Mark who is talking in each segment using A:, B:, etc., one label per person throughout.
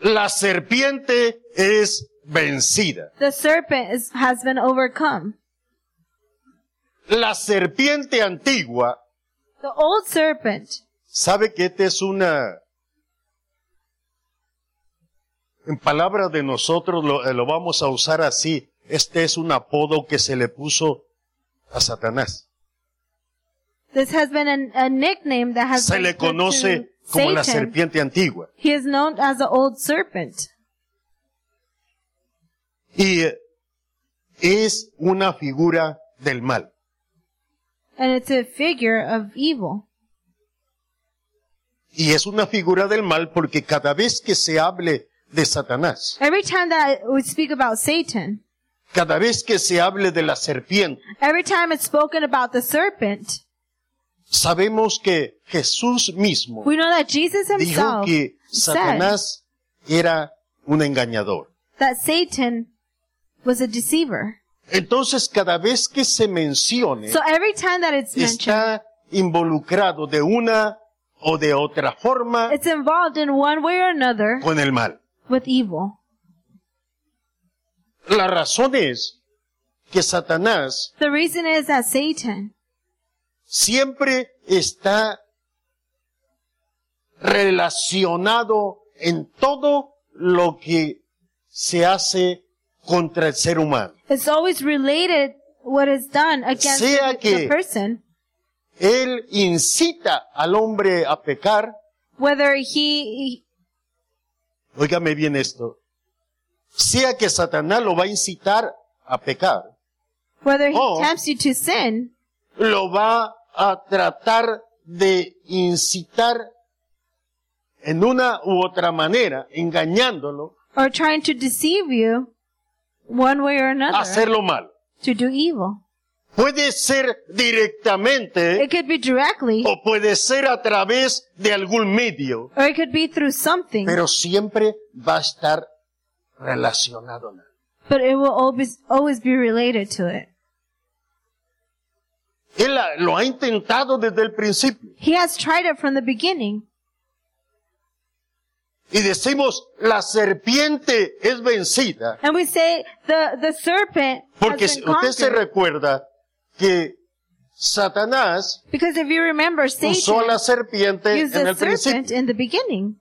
A: la serpiente es vencida.
B: The serpent is, has been overcome.
A: La serpiente antigua
B: The old serpent,
A: sabe que esta es una... En palabras de nosotros lo, eh, lo vamos a usar así. Este es un apodo que se le puso a Satanás.
B: this has been an, a nickname that has
A: Se
B: been
A: le
B: given
A: conoce
B: to
A: como la
B: Satan.
A: serpiente antigua.
B: He is known as the old serpent.
A: Y eh, es una figura del mal.
B: And it's a figure of evil.
A: Y es una figura del mal porque cada vez que se hable de Satanás,
B: Every time that we speak about Satan,
A: cada vez que se hable de la serpiente,
B: every time it's spoken about the serpent,
A: sabemos que Jesús mismo
B: we know that Jesus
A: dijo
B: himself
A: que
B: said
A: Satanás era un engañador.
B: that Satan was a deceiver.
A: Entonces, cada vez que se mencione,
B: So every time that it's mentioned,
A: está involucrado de una o de otra forma
B: it's involved in one way or another
A: con el mal.
B: with evil.
A: La razón es que Satanás
B: The reason is that Satan
A: siempre está relacionado en todo lo que se hace contra el ser humano.
B: It's always related what is done against
A: Sea
B: the-
A: que-
B: the person,
A: Él incita al hombre a pecar.
B: whether he
A: Óigame bien esto. Sea que Satanás lo va a incitar a pecar,
B: whether he
A: Oh.
B: tempts you to sin,
A: lo va a tratar de incitar en una u otra manera, engañándolo,
B: or trying to deceive you, one way or
A: a
B: another,
A: hacerlo mal.
B: to do evil.
A: Puede ser directamente
B: It could be directly,
A: o puede ser a través de algún medio,
B: or it could be through something,
A: pero siempre va a estar relacionado. a él.
B: but it will always always be related to it.
A: Él ha- lo ha intentado desde el principio.
B: He has tried it from the beginning,
A: Y decimos, la serpiente es vencida.
B: and we say the the serpent
A: Porque
B: has
A: si
B: been
A: usted se
B: conquered.
A: recuerda que Satanás
B: Because if you remember,
A: usó a
B: Satan
A: la serpiente
B: used
A: en
B: the
A: el
B: serpent
A: principio.
B: in the beginning.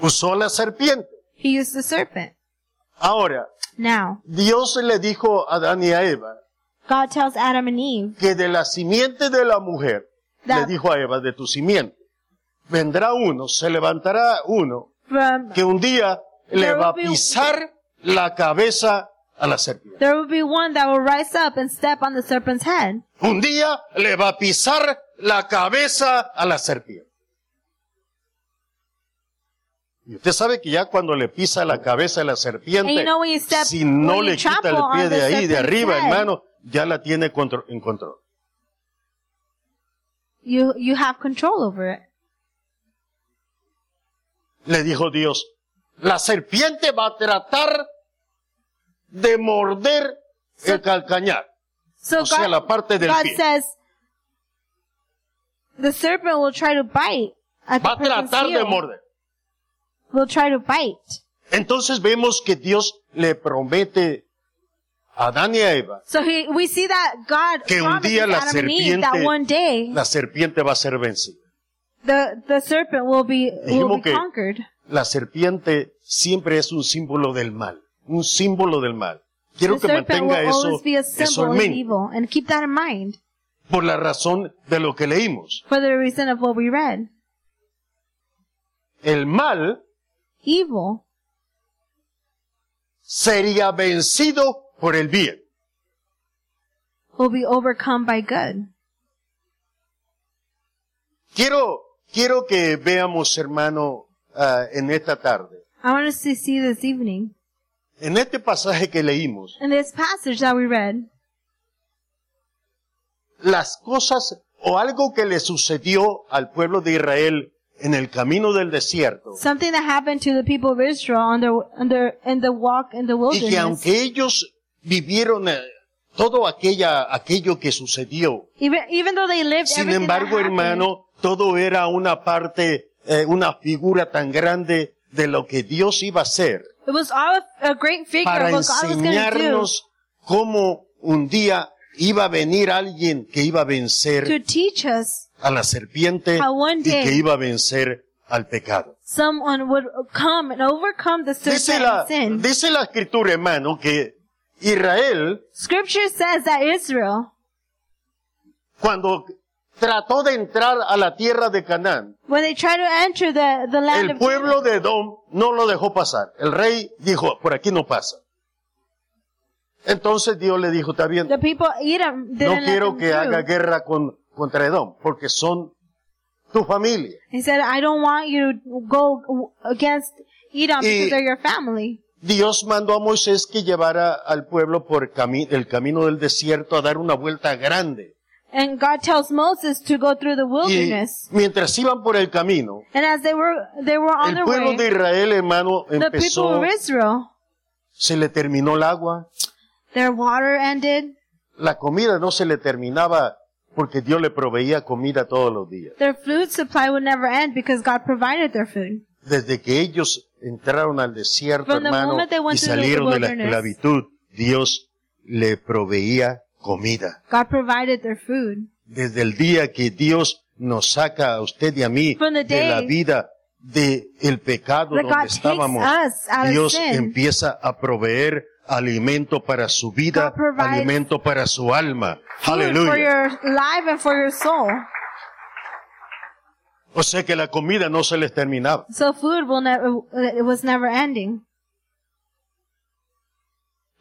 A: Usó a la serpiente.
B: He used the serpent.
A: Ahora,
B: Now,
A: Dios le dijo a Adán y a Eva
B: God tells Adam and Eve
A: que de la simiente de la mujer,
B: That-
A: le dijo a Eva, de tu simiente, vendrá uno, se levantará uno,
B: from
A: que un día le
B: There
A: va a
B: will be-
A: pisar la cabeza a la serpiente.
B: there will be one that will rise up and step on the serpent's head.
A: Un día le va a pisar la cabeza a la serpiente. Y usted sabe que ya cuando le pisa la cabeza a la serpiente,
B: And you know when you step-
A: si no
B: when you
A: le quita
B: trample
A: el pie
B: on
A: de
B: the
A: ahí, de
B: serpent's
A: arriba,
B: head.
A: hermano, ya la tiene contro- en control.
B: You you have control over it.
A: Le dijo Dios, la serpiente va a tratar de morder el calcañar.
B: So
A: O sea, la
B: God,
A: parte del
B: God
A: pie.
B: says the serpent will try to bite at
A: Va
B: the
A: a
B: person's
A: tratar de
B: heel.
A: morder.
B: Will try to bite.
A: Entonces vemos que Dios le promete a Adán y a Eva,
B: So he, we see that God
A: Que un
B: promises
A: día la
B: Adam and Eve that
A: serpiente-
B: one day
A: la serpiente va a ser vencida.
B: the the serpent will be will
A: Dijimos
B: be
A: que-
B: conquered.
A: La serpiente siempre es un símbolo del mal, un símbolo del mal. Quiero
B: The
A: que
B: serpent will
A: mantenga eso,
B: always be a
A: eso en
B: symbol of
A: mente,
B: evil, and keep that in mind
A: por la razón de lo que leímos.
B: for the reason of what we read.
A: El mal
B: Evil
A: sería vencido por el bien.
B: will be overcome by good.
A: Quiero, quiero que veamos, hermano, ah, en esta tarde,
B: I want us to see this evening
A: en este pasaje que leímos,
B: in this passage that we read
A: las cosas o algo que le sucedió al pueblo de Israel en el camino del desierto.
B: something that happened to the people of Israel on their, on their in the walk in the
A: Y que
B: wilderness.
A: aunque ellos vivieron eh, todo aquella, aquello que sucedió,
B: Even even though they lived
A: sin
B: everything that
A: embargo,
B: happened,
A: hermano, todo era una parte eh, una figura tan grande de lo que Dios iba a hacer
B: It was all a, a great figure
A: para
B: of what God was going to
A: enseñarnos cómo un día iba a venir alguien que iba a
B: do to
A: vencer
B: teach us
A: a la serpiente
B: How one
A: y que
B: day-
A: iba a vencer al pecado.
B: someone would come and overcome the
A: Dice
B: serpent
A: la,
B: and sin.
A: dice la escritura, hermano, que Israel,
B: Scripture says that Israel,
A: cuando trató de entrar a la tierra de Canaán,
B: when they try to enter the, the land
A: el
B: of Canaan,
A: pueblo de Edom no lo dejó pasar. El rey dijo, por aquí no pasa. Entonces Dios le dijo, está bien,
B: the people Edom
A: no
B: didn't
A: quiero
B: let them
A: que haga
B: through.
A: guerra con, contra Edom, porque son tu familia.
B: He said, I don't want you to go against Edom
A: Y-
B: because they're your family.
A: Dios mandó a Moisés que llevara al pueblo por cami- el camino del desierto a dar una vuelta grande.
B: And God tells Moses to go through the
A: Y
B: wilderness.
A: mientras iban por el camino,
B: And as they were, they were on
A: el
B: their
A: pueblo
B: way,
A: de Israel, hermano,
B: the people
A: empezó,
B: of Israel,
A: se le terminó el agua,
B: their water ended,
A: la comida no se le terminaba porque Dios le proveía comida todos los días.
B: their food supply would never end because God provided their food.
A: Desde que ellos entraron al desierto,
B: From the
A: hermano,
B: moment they
A: y
B: went through the
A: salieron de la
B: wilderness.
A: esclavitud, Dios le proveía comida.
B: God provided their food.
A: desde el día que Dios nos saca a usted y a mí
B: From the
A: de la
B: day
A: vida de el pecado
B: that
A: donde
B: God
A: estábamos,
B: takes us out of
A: Dios
B: sin.
A: empieza a proveer alimento para su vida,
B: God provides
A: alimento para su alma.
B: Food for
A: Aleluya.
B: your life and for your soul.
A: O sea que la comida no se les terminaba.
B: So food will never, it was never ending.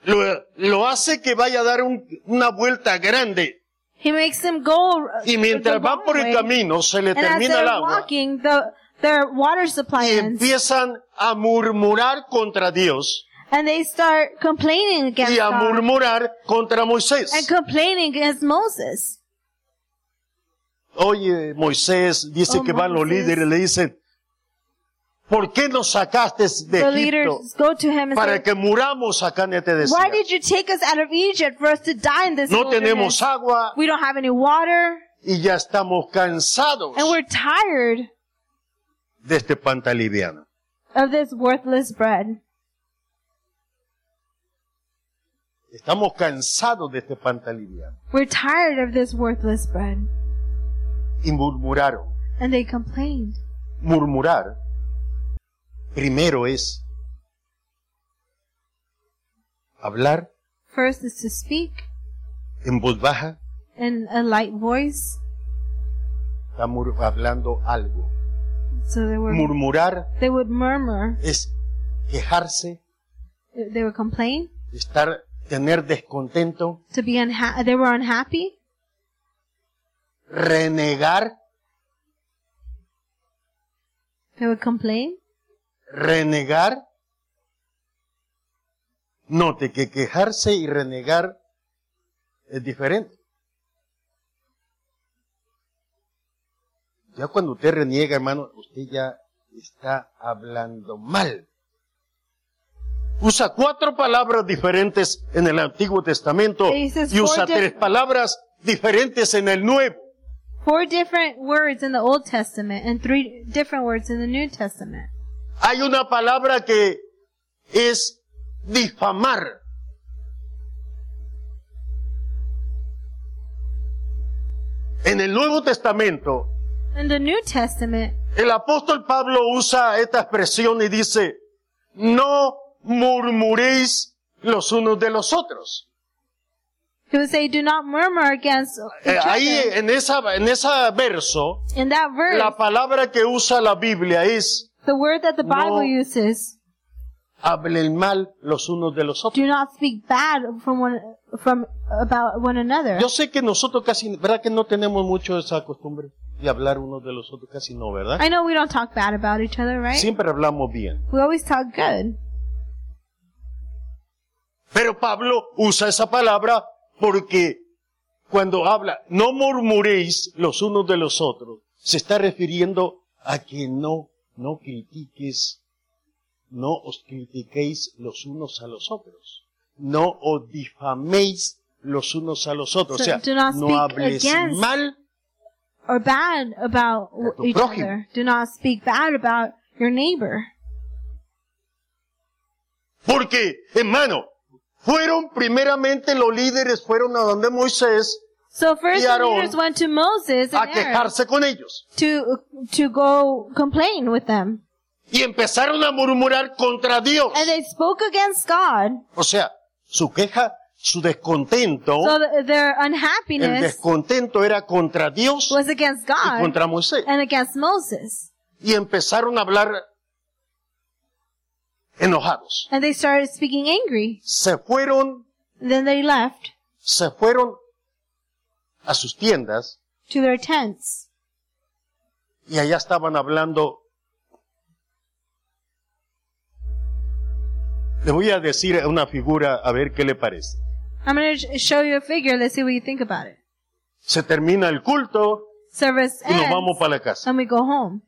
A: Lo, lo hace que vaya a dar un- una vuelta grande
B: He makes them go. uh,
A: y mientras
B: the
A: van por el
B: long way.
A: camino se le
B: And as
A: termina el
B: they're
A: agua
B: walking, the, their water supply
A: y
B: ends.
A: empiezan a murmurar contra Dios
B: And they start complaining against
A: y a
B: God.
A: murmurar contra Moisés.
B: And complaining against Moses.
A: Oye, Moisés, dice
B: Oh,
A: que van los
B: Moisés.
A: líderes, le dicen, ¿por qué nos sacaste de
B: The
A: Egipto
B: leaders go to him and
A: para
B: say,
A: que muramos acá en este desierto?
B: Why did you take us out of Egypt for us to die in this
A: No
B: wilderness?
A: tenemos agua
B: We don't have any water,
A: y ya estamos cansados
B: and we're tired
A: de este pantaliviano.
B: of this worthless bread.
A: Estamos cansados de este pantaliviano.
B: We're tired of this worthless bread.
A: Y murmuraron.
B: And they complained.
A: Murmurar primero es hablar
B: First is to speak
A: en voz baja,
B: in a light voice.
A: está mur- hablando algo.
B: So they were,
A: Murmurar
B: they would murmur,
A: es quejarse,
B: they would complain,
A: estar, tener descontento,
B: to be unha- they were unhappy,
A: renegar,
B: they would complain.
A: renegar. Note que quejarse y renegar es diferente. Ya cuando usted reniega, hermano, usted ya está hablando mal. Usa cuatro palabras diferentes en el Antiguo Testamento
B: He uses
A: y usa
B: four
A: tres
B: different-
A: palabras diferentes en el Nuevo.
B: Four different words in the Old Testament and three different words in the New Testament.
A: Hay una palabra que es difamar. En el Nuevo Testamento,
B: In the New Testament,
A: el apóstol Pablo usa esta expresión y dice, no murmuréis los unos de los otros.
B: He would say, "Do not murmur against each
A: Eh, ahí
B: other."
A: en esa, en esa verso,
B: In that verse,
A: la palabra que usa la Biblia es,
B: the word that the Bible
A: No.
B: uses,
A: hablen mal los unos de los otros.
B: "Do not speak bad from one from about one another."
A: Yo sé que nosotros casi, ¿verdad que no tenemos mucho esa costumbre de hablar unos de los otros? Casi no, ¿verdad?
B: I know we don't talk bad about each other, right?
A: Siempre hablamos bien.
B: We always talk good.
A: Pero Pablo usa esa palabra porque cuando habla, no murmuréis los unos de los otros, se está refiriendo a que no, no critiques, no os critiquéis los unos a los otros, no os difaméis los unos a los otros, o
B: So,
A: sea,
B: do not
A: no
B: speak
A: hables
B: against
A: mal
B: or bad about
A: A Eh, tu
B: each
A: prójimo.
B: other. Do not speak bad about your neighbor.
A: Porque, hermano, fueron primeramente los líderes, fueron a donde Moisés
B: So first
A: Y
B: the
A: Aarón
B: leaders went to Moses
A: a
B: and Aaron
A: quejarse con ellos.
B: to to go complain with them,
A: Y empezaron a murmurar contra Dios.
B: and they spoke against God.
A: O sea, su queja, su descontento,
B: So th- their
A: el
B: unhappiness
A: descontento era contra Dios
B: was against
A: y
B: God
A: contra Moisés.
B: and against Moses,
A: Y empezaron a hablar enojados.
B: and they started speaking angry.
A: Se fueron,
B: Then they left
A: se fueron a sus tiendas
B: to their tents,
A: y allá estaban hablando. Le voy a decir una figura a ver qué le parece.
B: I'm going to show you a figure. Let's see what you think about it.
A: Se termina el culto
B: Service
A: y nos
B: ends,
A: vamos para la casa.
B: and we go home.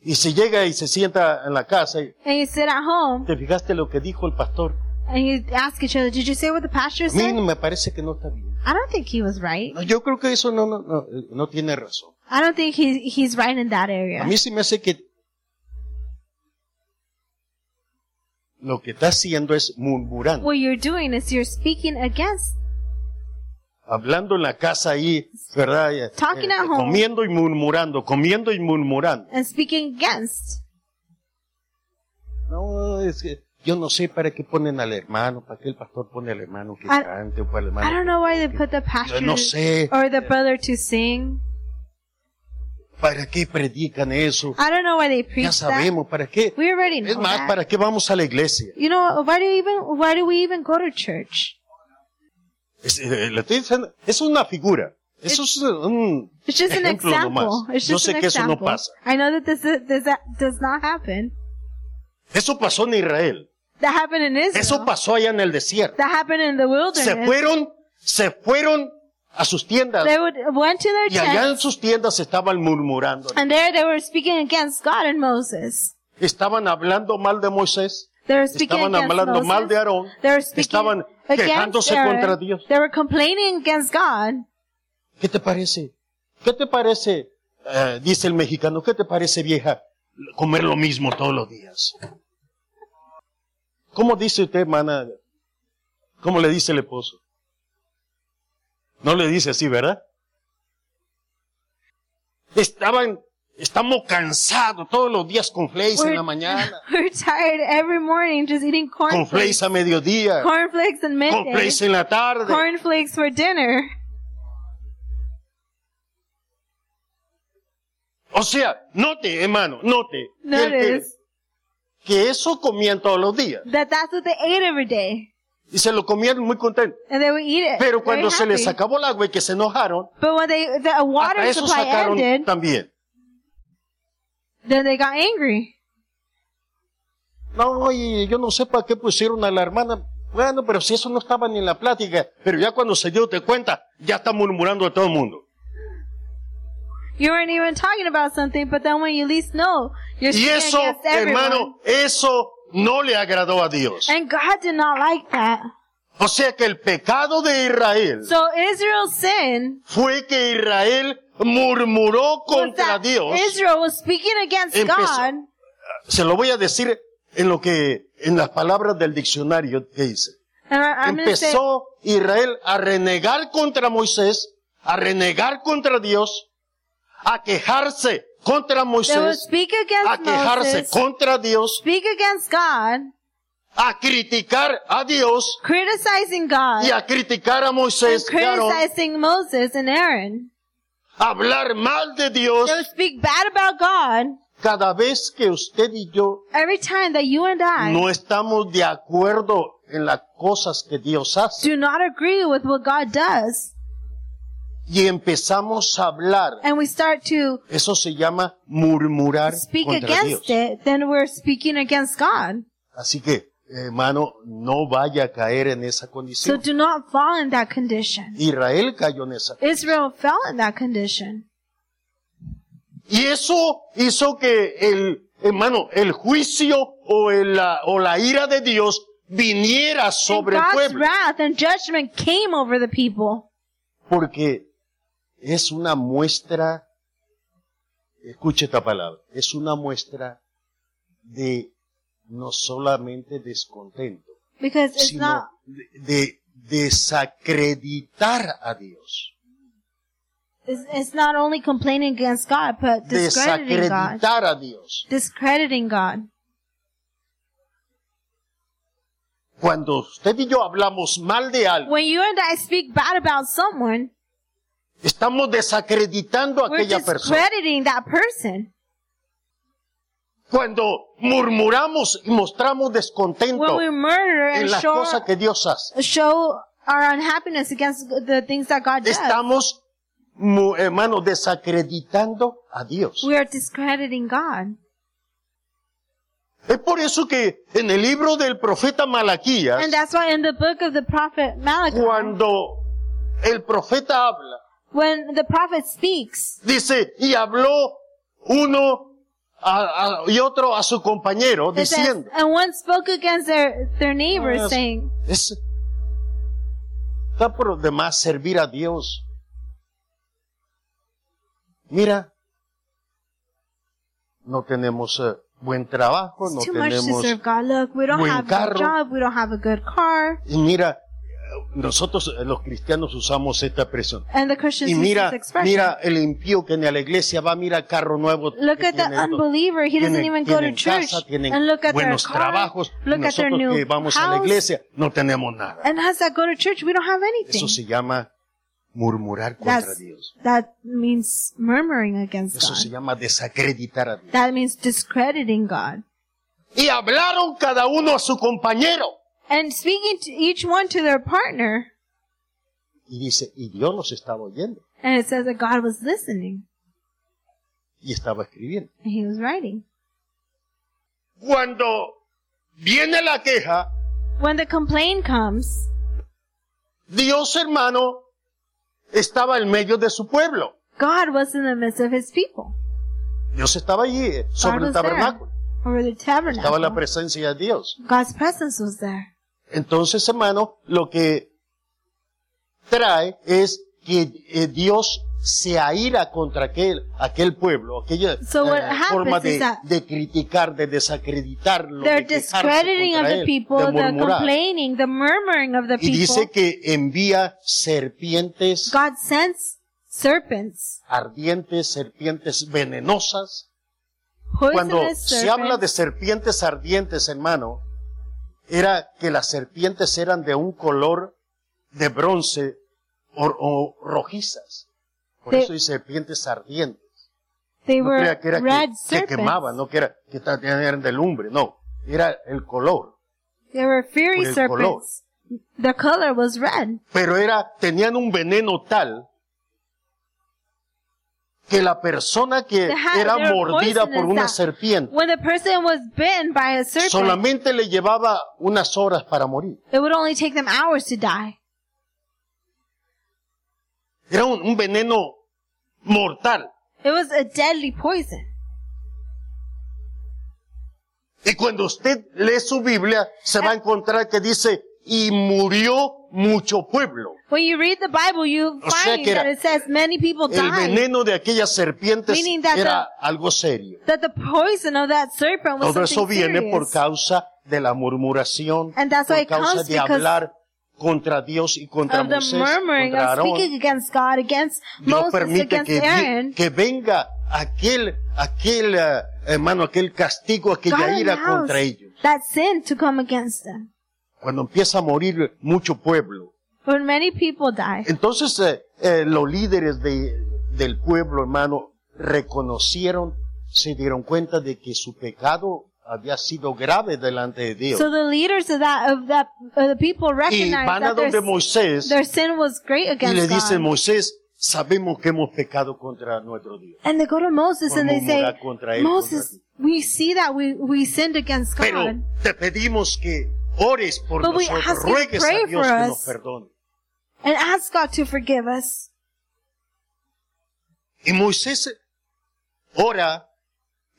A: Y se llega y se sienta en la casa y
B: And you sit at home
A: te fijaste lo que dijo el pastor.
B: and you ask each other, "Did you say what the pastor
A: A mí
B: said?"
A: me parece que no está bien.
B: I don't think he was right.
A: No, yo creo que eso no, no, no, eh, no tiene razón.
B: I don't think he he's right in that
A: A
B: area.
A: mí se me hace que lo que está haciendo es murmurando,
B: What you're doing is you're speaking against,
A: hablando en la casa ahí, ¿verdad? Eh,
B: Talking at home.
A: comiendo y murmurando, comiendo y murmurando.
B: and speaking against.
A: No, es que yo no sé para qué ponen al hermano, para qué el pastor pone al hermano que
B: I-
A: cante o para el
B: I
A: hermano.
B: don't know why they put the pastor
A: no sé.
B: or the brother to sing.
A: ¿Para qué predican eso?
B: I don't know why they
A: Ya
B: preach that.
A: sabemos, ¿para qué?
B: We already know
A: Es más,
B: that.
A: ¿para qué vamos a la iglesia?
B: You know why do you even why do we even go to church?
A: Es, eh, le estoy diciendo, es una figura. Eso es un
B: It's just an
A: ejemplo
B: example.
A: nomás.
B: It's
A: Yo
B: just
A: sé
B: an
A: que eso no
B: example.
A: pasa.
B: I know that this is, this that does not happen.
A: Eso pasó en Israel.
B: That happened in Israel.
A: Eso pasó allá en el desierto.
B: that happened in the
A: Se
B: wilderness.
A: fueron, se fueron a sus tiendas
B: They would went to their
A: y allá
B: tent,
A: en sus tiendas estaban murmurando.
B: and there they were speaking against God and Moses.
A: Estaban hablando mal de Moisés,
B: They were speaking
A: estaban
B: against
A: hablando
B: Moses.
A: mal de Aarón,
B: They were speaking
A: estaban
B: against
A: quejándose
B: Aaron.
A: contra Dios.
B: They were complaining against God.
A: ¿Qué te parece? ¿Qué te parece? eh, dice el mexicano, ¿qué te parece vieja comer lo mismo todos los días? ¿Cómo dice usted, hermana? ¿Cómo le dice el esposo? No le dice así, ¿verdad? Estaban, estamos cansados todos los días con flakes en la mañana,
B: we're tired every morning just eating
A: con
B: cornflakes.
A: flakes a mediodía,
B: Cornflakes and
A: con
B: midday.
A: flakes en la tarde.
B: Cornflakes for dinner.
A: O sea, note, hermano, note que el que-
B: Notice
A: que eso comían todos los días.
B: that that's what they ate every day.
A: y se lo comían muy contentos.
B: And they would eat it.
A: Pero
B: very
A: cuando se les
B: happy.
A: acabó el agua y que se enojaron,
B: But when they, the
A: hasta
B: water
A: eso
B: supply
A: sacaron
B: ended,
A: también.
B: then they got angry.
A: No, y yo no sé para qué pusieron a la hermana. Bueno, pero si eso no estaba ni en la plática, pero ya cuando se dio de cuenta, ya está murmurando a todo el mundo.
B: You weren't even talking about something, but then when you least know, you're
A: Y
B: speaking
A: eso,
B: against everyone. Eh.
A: hermano, eso no le agradó a Dios.
B: And God did not like that.
A: O sea que el pecado de Israel
B: So Israel's sin
A: fue que Israel murmuró
B: was
A: contra
B: that
A: Dios.
B: Israel was speaking against
A: Empezó-
B: God.
A: Se lo voy a decir en lo que, en las palabras del diccionario que dice.
B: And I, am going to say,
A: empezó Israel a renegar contra Moisés, a renegar contra Dios, a quejarse contra
B: they would
A: Moisés,
B: speak
A: a
B: against
A: quejarse
B: Moses,
A: contra Dios,
B: speak against God,
A: a criticar a Dios
B: criticizing God,
A: y a criticar a
B: and
A: Moisés, y a Aarón,
B: criticizing Moses and Aaron.
A: a hablar mal de Dios
B: They would speak bad about God
A: cada vez que usted y yo
B: every time that you and I
A: no estamos de acuerdo en las cosas que Dios hace
B: do not agree with what God does.
A: y empezamos a hablar.
B: And we start to
A: Eso se llama murmurar
B: speak
A: contra Dios.
B: against it, then we're speaking against God.
A: Así que, hermano, no vaya a caer en esa
B: So
A: condición.
B: do not fall in that condition.
A: Israel cayó en esa.
B: Israel fell in that condition.
A: Y eso hizo que el, hermano, el juicio o, el- la, o la ira de Dios viniera
B: And
A: sobre el
B: God's
A: pueblo.
B: wrath and judgment came over the people
A: Porque es una muestra, escuche esta palabra, es una muestra de no solamente descontento,
B: Because it's
A: sino
B: not
A: de, de desacreditar a Dios,
B: it's, it's not only complaining against God, but discrediting God.
A: desacreditar a Dios.
B: Discrediting God.
A: Cuando usted y yo hablamos mal de algo,
B: When you and I speak bad about someone,
A: estamos desacreditando a
B: we're
A: aquella persona.
B: discrediting that person.
A: Cuando murmuramos y mostramos
B: When
A: descontento
B: we murder
A: en
B: and
A: las
B: show,
A: cosas que Dios hace,
B: show our unhappiness against the things that God does,
A: estamos, mu- hermano, desacreditando a Dios.
B: we are discrediting God.
A: Es por eso que en el libro del profeta Malaquías,
B: And that's why in the book of the prophet Malachi,
A: cuando el profeta habla,
B: when the prophet speaks,
A: dice, y habló uno a- a- y otro a su compañero,
B: it says,
A: diciendo,
B: and one spoke against their, their neighbor,
A: Ah, es-
B: saying,
A: es- está por lo demás servir a Dios. Mira, no tenemos eh, buen trabajo, no
B: It's too much to
A: tenemos...
B: serve God. Look, we don't
A: buen
B: have a good
A: carro.
B: job. We don't have a good car.
A: Y mira, nosotros eh, los cristianos usamos esta expresión.
B: And the Christians
A: Y
B: use
A: mira,
B: this expression.
A: mira el impío que ni a la iglesia va, mira el carro nuevo. que
B: look at the
A: tiene esto.
B: unbeliever. He doesn't
A: Tienen-
B: even go to
A: tienen
B: church.
A: casa, tienen
B: and look at their
A: buenos
B: car.
A: trabajos. y
B: look at their
A: nosotros que
B: new
A: vamos
B: house.
A: a la iglesia no tenemos nada.
B: And us that go to church, we don't have anything.
A: Eso se llama murmurar contra
B: That's,
A: Dios.
B: that means murmuring against
A: Eso se
B: God.
A: llama desacreditar a Dios.
B: That means discrediting God.
A: Y hablaron cada uno a su compañero.
B: And speaking to each one to their partner,
A: Y dice, y Dios los estaba oyendo
B: and it says that God was listening
A: y estaba escribiendo.
B: and He was writing.
A: Cuando viene la queja,
B: When the complaint comes,
A: Dios, hermano, estaba en medio de su pueblo.
B: God was in the midst of His people.
A: Dios estaba allí, eh,
B: God
A: sobre el
B: was there
A: tabernáculo.
B: over the
A: Estaba la
B: tabernacle.
A: presencia de Dios.
B: God's presence was there.
A: Entonces, hermano, lo que trae es que eh, Dios se aira contra aquel, aquel pueblo, aquella eh,
B: So what happens
A: forma
B: is
A: de,
B: that
A: de criticar, de desacreditarlo,
B: They're
A: de quejarse
B: discrediting of
A: contra
B: the
A: él,
B: people,
A: de
B: the
A: murmurar.
B: complaining, the murmuring of the
A: Y dice
B: people.
A: que envía serpientes
B: God sends serpents,
A: ardientes, serpientes venenosas, Cuando
B: poisonous
A: se habla de
B: serpents.
A: serpientes ardientes, hermano, era que las serpientes eran de un color de bronce o, o rojizas. Por
B: De-
A: eso hay serpientes ardientes.
B: They
A: No
B: were
A: crea que era que
B: red
A: se quemaban,
B: serpents.
A: no que, era, que ta- eran de lumbre, no. Era el color.
B: They were fiery
A: por el color.
B: serpents. The color was red.
A: Pero era, tenían un veneno tal que la persona que
B: They had-
A: era
B: they were
A: mordida
B: poisonous
A: por una
B: that-
A: serpiente
B: When the person was bitten by a serpent,
A: solamente le llevaba unas horas para morir.
B: it would only take them hours to die.
A: Era un, un veneno mortal.
B: It was a deadly poison.
A: Y cuando usted lee su Biblia, se va a encontrar que dice, y murió mucho pueblo.
B: When you read the Bible, you
A: O sea
B: find
A: que era-
B: that it says many people
A: El
B: died.
A: veneno de aquellas serpientes
B: Meaning that
A: era algo serio.
B: That the poison of that serpent was
A: Todo eso
B: something
A: viene por
B: serious.
A: causa de la murmuración,
B: And that's
A: por
B: why it comes
A: causa de
B: because
A: hablar contra Dios y contra
B: of the
A: Moisés,
B: murmuring
A: contra
B: of
A: Aarón.
B: speaking against God, against
A: Dios
B: Moses,
A: permite
B: against
A: que, vi-
B: Aaron.
A: que venga aquel, aquel, eh, hermano, aquel castigo,
B: God
A: aquella ira
B: allows
A: contra ellos.
B: that sin to come against them.
A: Cuando empieza a morir mucho pueblo,
B: When many people die,
A: Entonces eh, eh, los líderes de- del pueblo, hermano, reconocieron, se dieron cuenta de que su pecado había sido grave delante de Dios.
B: so the leaders of that of that of the people
A: y
B: recognized
A: van a
B: that their,
A: donde Moisés
B: their sin was
A: y
B: great
A: le
B: against
A: dicen,
B: God.
A: Moisés, sabemos que hemos pecado contra nuestro Dios.
B: And they go to Moses
A: por
B: and they say,
A: murmurar contra él,
B: Moses,
A: contra
B: we see that we we sinned against
A: Pero
B: God,
A: te pedimos que ores por
B: But we
A: nosotros,
B: ask you to
A: ruegues
B: pray
A: a Dios
B: for
A: que
B: us.
A: nos perdone.
B: and ask God to forgive us.
A: Y Moisés ora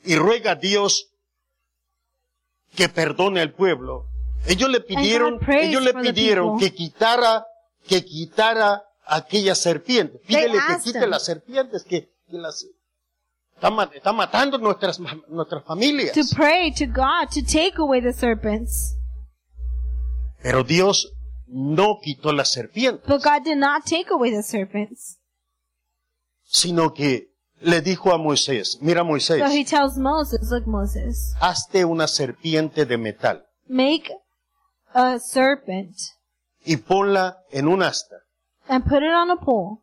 A: y ruega a Dios que perdone al pueblo. Ellos le pidieron,
B: prays
A: ellos le
B: for the
A: pidieron
B: people.
A: que quitara, que quitara aquellas serpientes. Pídele que
B: asked
A: quite
B: him.
A: las serpientes que, que las está, ma- está matando nuestras ma- nuestras familias.
B: to pray to God to take away the serpents.
A: Pero Dios no quitó las serpientes,
B: But God did not take away the serpents.
A: sino que le dijo a Moisés, mira Moisés,
B: So he tells Moses, look Moses,
A: hazte una serpiente de metal
B: make a serpent
A: y ponla en un asta.
B: and put it on a pole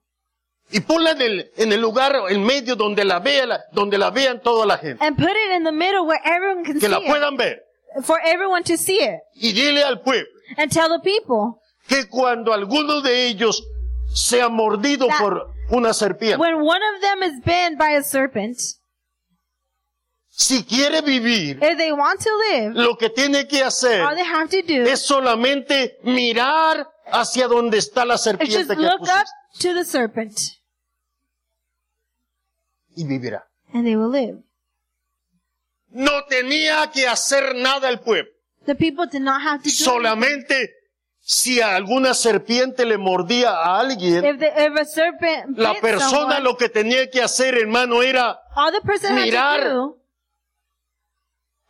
A: Y ponla en el, en el lugar, en medio donde la vea, la- donde la vean toda la gente,
B: and put it in the middle where everyone can
A: que
B: see
A: la
B: it,
A: puedan ver.
B: for everyone to see it
A: Y dile al pueblo
B: and tell the people.
A: que cuando alguno de ellos sea mordido
B: That-
A: por una serpiente,
B: When one of them is bitten by a serpent,
A: si quiere vivir,
B: if they want to live,
A: lo que tiene que
B: all
A: hacer
B: they have to do
A: es solamente mirar hacia donde está la
B: is just
A: serpiente que
B: look
A: pusiste
B: up to the serpent
A: y vivirá.
B: and they will live.
A: No tenía que hacer nada el pueblo.
B: The people did not have to do anything.
A: Solamente si a alguna serpiente le mordía a alguien,
B: If, the, if a serpent
A: la
B: bit
A: persona
B: someone,
A: lo que tenía que hacer, hermano, era
B: all the person had
A: mirar.
B: to do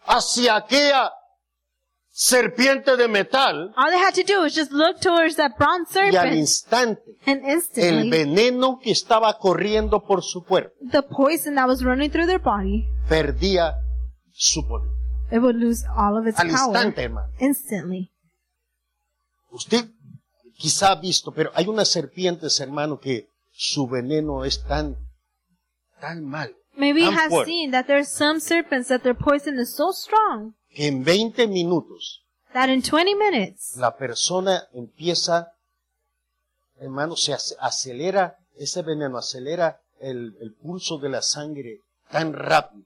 A: hacia aquella serpiente de metal
B: All they had to do was just look towards that bronze
A: y al
B: serpent,
A: instante
B: and
A: el
B: instantly
A: veneno que estaba corriendo por su cuerpo
B: the poison that was running through their body,
A: perdía su poder.
B: it would lose all of its
A: Al
B: power
A: instante, hermano.
B: instantly.
A: Usted quizá ha visto, pero hay unas serpientes, hermano, que su veneno es tan, tan mal,
B: Maybe you
A: I'm
B: have
A: poor.
B: seen that there's some serpents that their poison is so strong
A: que en 20 minutos
B: that in 20 minutes
A: la persona empieza, hermano, se ace- acelera, ese veneno acelera el, el pulso de la sangre tan rápido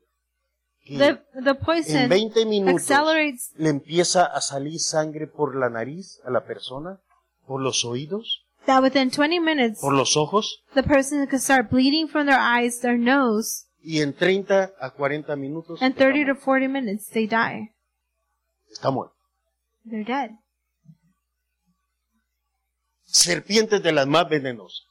A: que
B: the the
A: en
B: poison
A: 20 minutos
B: accelerates.
A: le empieza a salir sangre por la nariz a la persona, por los oídos,
B: That within 20 minutes
A: por los ojos,
B: the person could start bleeding from their eyes, their nose,
A: y en 30 a 40 minutos
B: and 30 to 40 minutes they die.
A: está muerto.
B: They're dead.
A: serpientes de las más venenosas.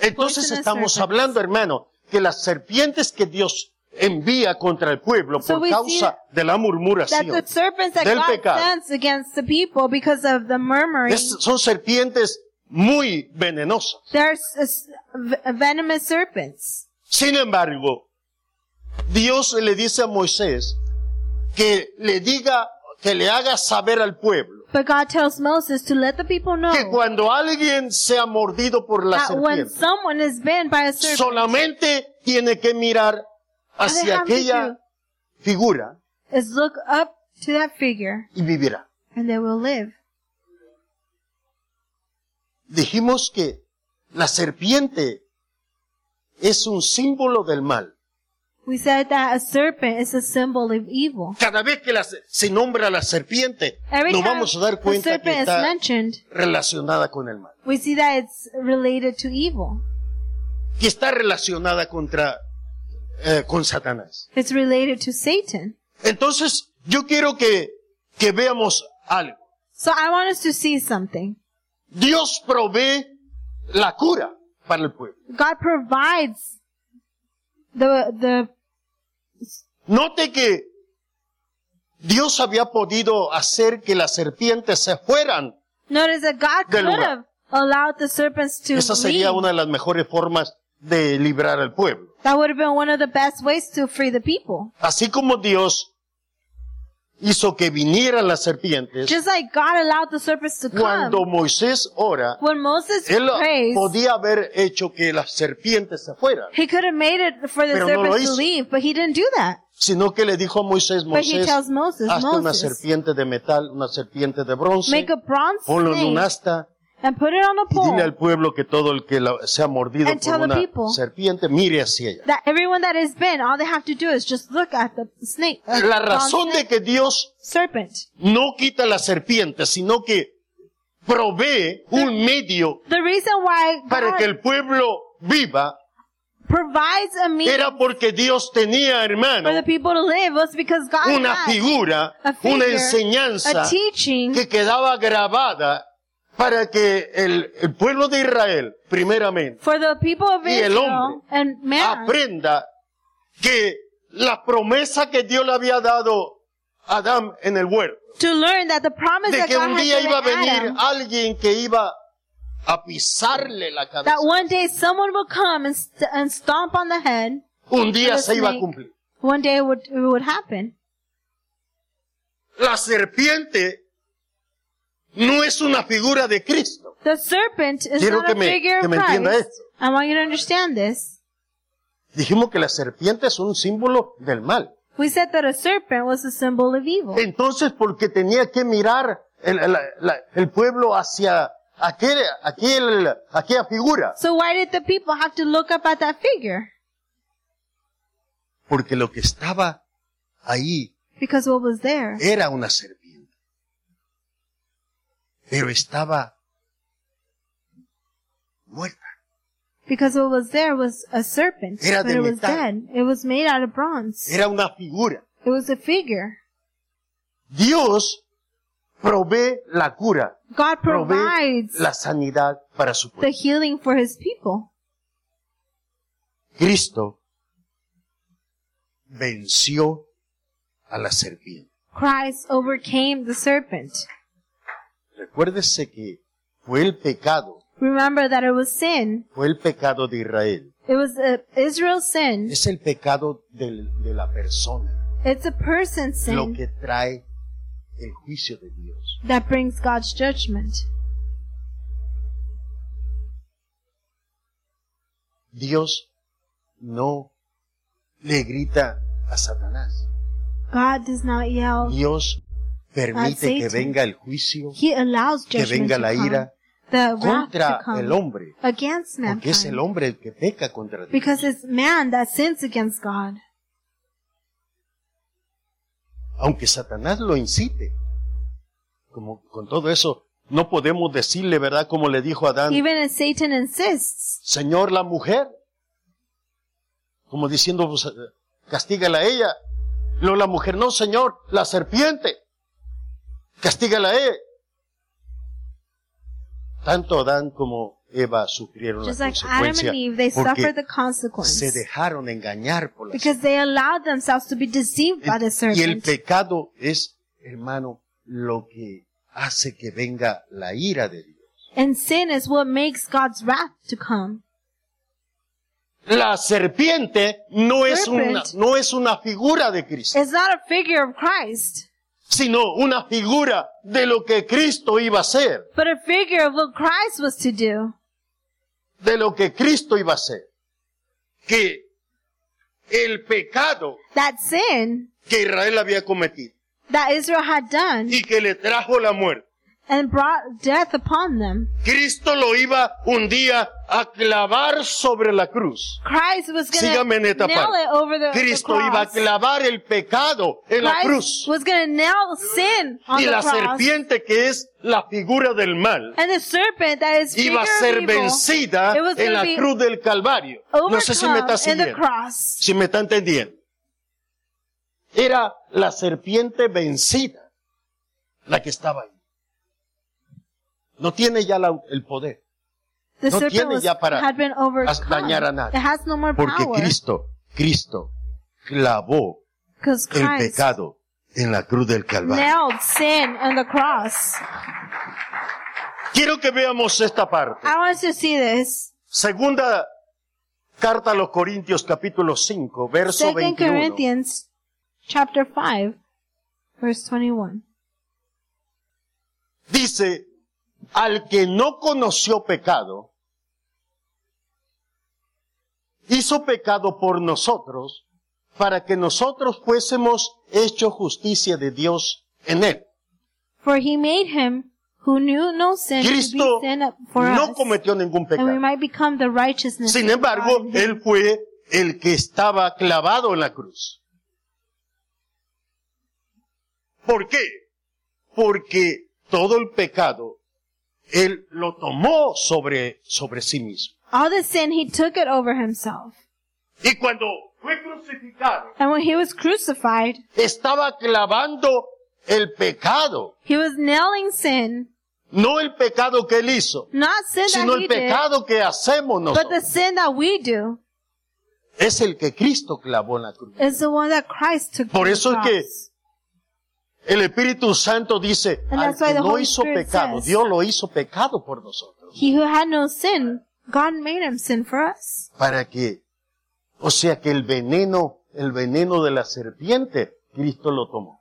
A: Entonces
B: Poisonous
A: estamos
B: serpents.
A: hablando, hermano, que las serpientes que Dios envía contra el pueblo
B: So
A: por
B: we see
A: causa de la
B: That
A: murmuración
B: the serpents that
A: del
B: God
A: pecado.
B: sends against the people because of the murmuring
A: es- son serpientes muy venenosas.
B: There's uh, s- v- venomous serpents.
A: Sin embargo, Dios le dice a Moisés que le diga, que le haga saber al pueblo
B: But God tells Moses to let the people know
A: que cuando alguien sea mordido por la
B: that when
A: serpiente,
B: someone is bitten by a serpent,
A: solamente tiene que mirar
B: all they
A: hacia
B: have to
A: aquella figura
B: do is look up to that figure
A: y vivirá.
B: and they will live.
A: dijimos que la serpiente es un símbolo del mal.
B: We said that a serpent is a symbol of evil.
A: Cada vez que la se- se nombra la serpiente,
B: Every
A: nos
B: time
A: vamos a dar
B: the
A: cuenta que
B: serpent is
A: está
B: mentioned,
A: relacionada con el mal,
B: we see that it's related to evil.
A: que está relacionada contra eh, con Satanás.
B: It's related to Satan.
A: Entonces, yo quiero que, que veamos algo.
B: So I want us to see something.
A: Dios provee la cura para el pueblo.
B: God provides the the
A: Note que Dios había podido hacer que las serpientes se fueran
B: Notice that God
A: Del
B: could
A: lugar.
B: have allowed the serpents to
A: Esa sería
B: leave.
A: una de las mejores formas de librar al pueblo.
B: That would have been one of the best ways to free the people.
A: Así como Dios hizo que vinieran las serpientes,
B: Just like God allowed the serpents to come.
A: cuando Moisés ora,
B: when Moses
A: él
B: prays,
A: podía haber hecho que las serpientes se fueran,
B: he could have made it for the
A: Pero no lo
B: serpents to
A: hizo.
B: leave, but he didn't do that.
A: sino que le dijo a Moisés,
B: But he
A: Moisés,
B: tells Moses,
A: hazte una
B: Moses,
A: serpiente de metal, una serpiente de bronce,
B: make a bronze
A: ponlo en un
B: snake
A: asta
B: and put it on a
A: y dile al
B: pole
A: pueblo que todo el que la- sea mordido
B: And
A: por
B: tell the
A: una
B: people.
A: serpiente mire hacia ella.
B: that everyone that has been, all they have to do is just look at the snake. uh,
A: La
B: bronze
A: razón de
B: snake,
A: que Dios
B: serpent.
A: no quita la serpiente, sino que provee un medio
B: The reason why
A: para
B: God
A: que el pueblo viva
B: provides a means
A: era porque Dios tenía, hermano,
B: for the people to live was because God
A: una
B: had
A: figura,
B: a
A: una
B: figure,
A: enseñanza
B: a teaching
A: que quedaba grabada para que el, el pueblo de Israel, primeramente,
B: for the people of
A: Y el
B: Israel
A: hombre
B: and man
A: aprenda que la promesa que Dios le había dado a Adán en el huerto,
B: to learn that the promise
A: de
B: that
A: que
B: God
A: un
B: had
A: día
B: given
A: iba a venir
B: Adam,
A: alguien que iba a pisarle la cabeza,
B: that one day someone would come and, st- and stomp on the head.
A: un día
B: the
A: se iba a
B: snake.
A: cumplir.
B: One day it would, it would happen.
A: La serpiente no es una figura de Cristo.
B: The serpent is
A: Quiero
B: not
A: que
B: a
A: me-
B: figure
A: que
B: of
A: me entienda
B: Christ.
A: esto.
B: I want you to understand this.
A: Dijimos que la serpiente es un símbolo del mal.
B: We said that a serpent was a symbol of evil.
A: Entonces, porque tenía que mirar el, el- la- el pueblo hacia aquel, aquel, aquella figura.
B: So why did the people have to look up at that figure?
A: Porque lo que estaba ahí
B: Because what was there?
A: era una serpiente. Pero estaba muerta.
B: Because what was there was a serpent,
A: Era
B: but
A: de
B: it was
A: metal.
B: dead. It was made out of bronze.
A: Era una figura.
B: It was a figure.
A: Dios provee la cura,
B: God
A: provee
B: provides
A: la sanidad para su
B: the
A: pueblo.
B: healing for his people.
A: Cristo venció a la serpiente.
B: Christ overcame the serpent.
A: Recuérdese que fue el pecado,
B: Remember that it was sin.
A: fue el pecado de Israel.
B: It was uh, Israel's sin.
A: Es el pecado del- de la persona,
B: It's a person's
A: lo
B: sin
A: que trae el juicio de Dios.
B: that brings God's judgment.
A: Dios no le grita a Satanás.
B: God does not yell.
A: Dios permite que
B: Satan.
A: venga el juicio
B: He allows
A: Que
B: judgment
A: venga
B: to
A: la
B: come.
A: ira
B: the wrath
A: contra
B: to come
A: el hombre,
B: against
A: porque es el
B: mankind.
A: hombre el que peca contra Dios.
B: Because it's man that sins against God.
A: aunque Satanás lo incite. Como con todo eso, no podemos decirle, ¿verdad? Como le dijo a Adán,
B: Even as Satan insists,
A: Señor, la mujer. Como diciendo, pues, eh, castígala a ella. No, la mujer, no, Señor, la serpiente. Castígala a ella. Tanto Adán como Eva sufrieron
B: just
A: la
B: like Adam
A: consecuencia
B: and Eve, they
A: porque
B: suffer the consequence
A: se dejaron engañar por la
B: because they allowed themselves to be deceived by the
A: Y el
B: serpent.
A: pecado es, hermano, lo que hace que venga la ira de Dios.
B: And sin is what makes God's wrath to come.
A: La serpiente no es
B: Serpent.
A: una, no es una figura de Cristo,
B: It's not a figure of Christ,
A: sino una figura de lo que Cristo iba a ser,
B: but a figure of what Christ was to do.
A: de lo que Cristo iba a ser. Que el pecado
B: That sin
A: que Israel había cometido
B: that Israel had done
A: y que le trajo la muerte,
B: and brought death upon them.
A: Cristo lo iba un día a clavar sobre la cruz.
B: Christ was going to
A: Sígame en
B: nail
A: esta parte.
B: it over the, the
A: Cristo iba a
B: cross.
A: clavar el pecado en la
B: Christ
A: cruz.
B: was going to nail sin on
A: Y
B: the
A: la
B: cross.
A: serpiente que es la figura del mal
B: And the serpent that is figure
A: iba a
B: of
A: ser
B: evil
A: vencida
B: It was
A: en
B: gonna
A: la
B: be
A: cruz del Calvario. No sé si me está
B: overcome in the
A: siguiendo,
B: cross.
A: si me está entendiendo. Era la serpiente vencida la que estaba ahí. No tiene ya la- el poder,
B: The
A: No
B: serpent
A: tiene
B: was,
A: ya para
B: had been overcome.
A: dañar a nadie.
B: It has no more
A: porque
B: power
A: Cristo, Cristo clavó
B: because
A: el
B: Christ
A: pecado en la cruz del Calvario.
B: nailed sin on the cross.
A: Quiero que veamos esta parte.
B: I want us to see this.
A: Segunda carta a los Corintios capítulo 5, verso
B: Second
A: 21.
B: Corinthians chapter 5 verse 21.
A: Dice, al que no conoció pecado, hizo pecado por nosotros para que nosotros fuésemos hecho justicia de Dios en él.
B: For he made him who knew no sin
A: Cristo
B: to be sin for
A: no
B: us.
A: cometió ningún
B: and we
A: pecado.
B: might become the righteousness
A: Sin
B: of God
A: embargo,
B: in him.
A: él fue el que estaba clavado en la cruz. ¿Por qué? Porque todo el pecado él lo tomó sobre, sobre sí mismo.
B: all the sin he took it over himself
A: Y cuando fue crucificado,
B: and when he was crucified
A: estaba clavando el pecado,
B: he was nailing sin
A: No el pecado que él hizo,
B: Not sin
A: sino
B: that
A: el
B: he did,
A: pecado que hacemos
B: but the
A: nosotros.
B: sin that we do
A: Es el que Cristo clavó en la cruz.
B: is the one that Christ took.
A: Por
B: to the
A: eso es que
B: cross.
A: El Espíritu Santo dice,
B: And
A: al
B: that's why
A: que
B: the
A: no
B: Holy
A: hizo
B: Spirit
A: pecado,
B: says-
A: Dios lo hizo pecado por nosotros.
B: He who had no sin, God made him sin for us.
A: ¿Para qué? O sea que el veneno, el veneno de la serpiente, Cristo lo tomó.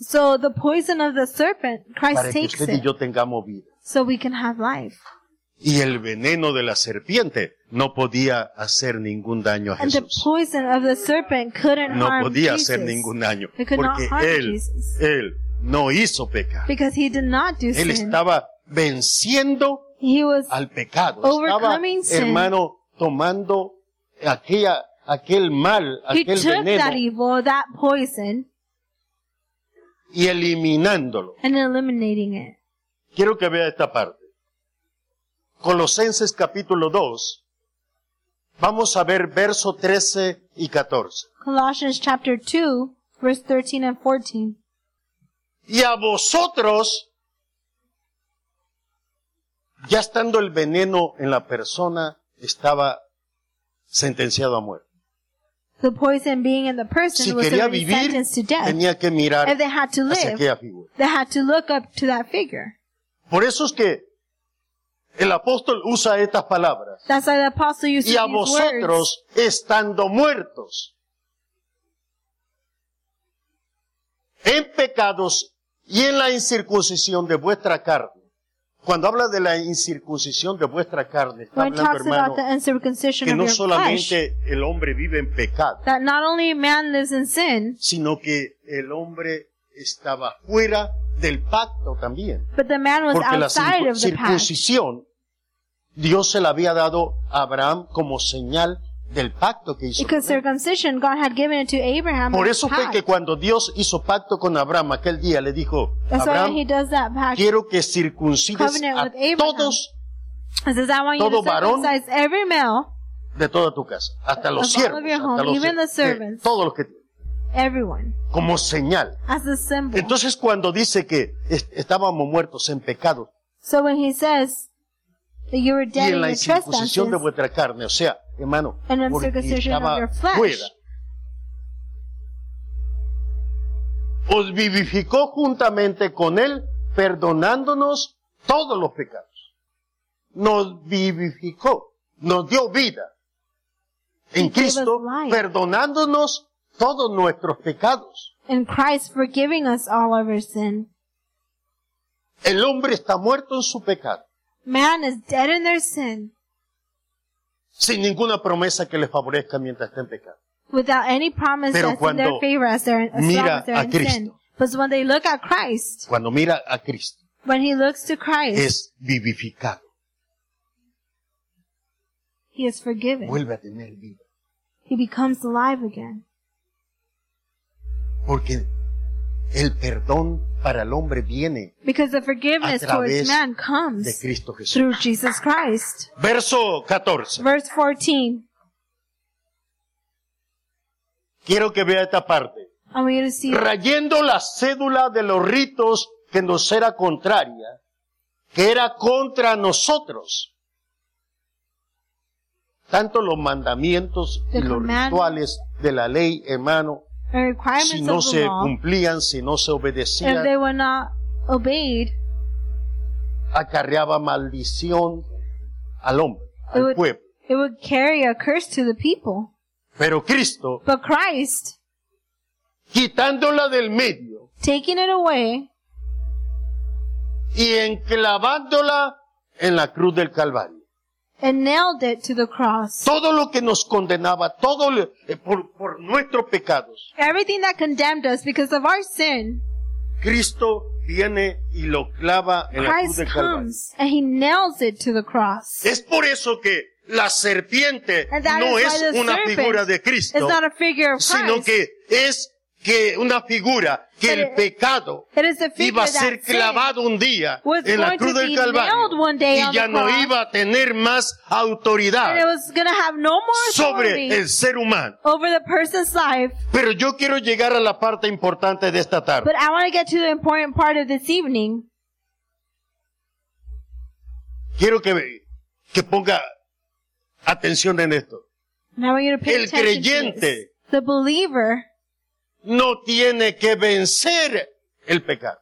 B: So the poison of the serpent,
A: Para
B: Christ
A: que
B: takes
A: usted y
B: it,
A: yo tengamos vida.
B: so we can have life.
A: Y el veneno de la serpiente no podía hacer ningún daño a
B: And the
A: Jesús.
B: poison of the serpent couldn't
A: No
B: harm
A: podía
B: Jesus
A: hacer ningún daño.
B: It could not
A: Porque
B: harm
A: él,
B: Jesus.
A: él no hizo pecado.
B: because he did not do
A: Él
B: sin.
A: estaba venciendo
B: He was
A: al pecado. Estaba,
B: Overcoming sin.
A: hermano, tomando aquella, aquel mal,
B: he
A: aquel
B: took that
A: veneno
B: evil, that poison,
A: y eliminándolo.
B: and eliminating it.
A: Quiero que vea esta parte. Colosenses capítulo 2. Vamos a ver verso 13 y 14.
B: Colossians chapter 2, verse 13 and 14.
A: Y a vosotros, ya estando el veneno en la persona, estaba sentenciado a muerte.
B: The poison being in the person
A: Si
B: was
A: quería
B: already
A: vivir,
B: sentenced to death.
A: tenía que mirar
B: if they had to
A: hacia
B: live,
A: aquella figura.
B: they had to look up to that figure.
A: Por eso es que el apóstol usa estas palabras.
B: That's why the apostle used
A: Y a
B: to use words.
A: vosotros estando muertos en pecados y en la incircuncisión de vuestra carne. Cuando habla de la incircuncisión de vuestra carne, está
B: When it
A: hablando,
B: talks about the
A: hermano,
B: uncircumcision
A: que
B: of
A: no
B: your flesh,
A: solamente el hombre vive en pecado,
B: that not only man lives in sin,
A: sino que el hombre estaba fuera del pacto también.
B: but the man was
A: Porque la
B: outside
A: circu-
B: of the path.
A: circuncisión Dios se la había dado a Abraham como señal del pacto que hizo. con
B: Because
A: él.
B: circumcision, God had given it to Abraham.
A: Por
B: as
A: eso
B: a
A: fue
B: pact.
A: que cuando Dios hizo pacto con Abraham aquel día le dijo,
B: That's why when he
A: Abraham,
B: does that pact.
A: quiero que circuncides
B: covenant
A: a
B: with Abraham.
A: todos
B: He says, I want you
A: todo
B: to
A: varón-
B: circumcise every male,
A: de toda tu casa, hasta los
B: Of all of
A: siervos,
B: your
A: hasta
B: home,
A: los
B: even
A: siervos,
B: the
A: eh,
B: servants.
A: todos los que
B: everyone,
A: como señal.
B: as a symbol.
A: Entonces cuando dice que est- estábamos muertos en pecado
B: so when he says that you were
A: y
B: dead
A: en
B: in
A: la
B: your trespasses,
A: incircuncisión de vuestra carne, o sea, hermano,
B: and
A: porque
B: uncircumcision of
A: estaba
B: your flesh,
A: fuera. os vivificó juntamente con Él, perdonándonos todos los pecados. Nos vivificó, nos dio vida en
B: He gave us
A: Cristo,
B: life.
A: perdonándonos todos nuestros pecados.
B: in Christ forgiving us all of our sin.
A: El hombre está muerto en su pecado,
B: Man is dead in their sin,
A: sin ninguna promesa que le favorezca mientras está en pecado.
B: without any promise
A: Pero
B: that's in their
A: cuando
B: favor as they're, as long
A: mira
B: as they're
A: a
B: in sin.
A: Cristo.
B: But when they look at Christ,
A: Cuando mira a Cristo,
B: when he looks to Christ,
A: es vivificado,
B: he is forgiven.
A: vuelve a tener vida,
B: he becomes alive again.
A: porque el perdón para el hombre viene
B: Because the forgiveness
A: A través
B: towards man comes
A: de Cristo Jesús.
B: through Jesus Christ.
A: Verso 14.
B: Verse 14.
A: Quiero que vea esta parte.
B: I want you to see
A: Rayendo la cédula de los ritos que nos era contraria, que era contra nosotros. Tanto los mandamientos y
B: The
A: los
B: command-
A: rituales de la ley, hermano,
B: the requirements
A: si no
B: of the
A: se
B: law.
A: cumplían, si no se
B: If
A: obedecían,
B: they were not obeyed,
A: acarreaba maldición al hombre,
B: it
A: al
B: would,
A: pueblo.
B: it would carry a curse to the people.
A: Pero Cristo,
B: But Christ,
A: quitándola del medio
B: taking it away
A: y enclavándola en la cruz del Calvario.
B: and nailed it to the cross,
A: todo lo que nos condenaba, todo lo- eh, por, por nuestros pecados.
B: everything that condemned us because of our sin,
A: Cristo viene y lo clava en la cruz
B: Christ
A: del Calvario.
B: comes and he nails it to the cross.
A: Es por eso que la serpiente
B: And that
A: no
B: is
A: es
B: why the
A: una
B: serpent
A: figura de
B: It's
A: Cristo,
B: not a figure of
A: sino
B: Christ.
A: que es que una figura que
B: But
A: el
B: it-
A: pecado
B: It is a figure
A: iba a
B: that
A: ser
B: sin
A: clavado un día
B: was
A: en la
B: going to
A: cruz del
B: be nailed
A: Calvario
B: one day on
A: y ya
B: the
A: no
B: cross.
A: iba a tener más
B: and it
A: autoridad
B: was going to have no more authority
A: sobre el ser humano.
B: over the person's life.
A: Pero yo quiero llegar a la parte importante de esta tarde.
B: But I want to get to the important part of this evening.
A: Quiero que, que ponga atención en esto.
B: Now I want you to pay
A: El
B: attention to
A: creyente.
B: this. The believer
A: No tiene que vencer el pecado.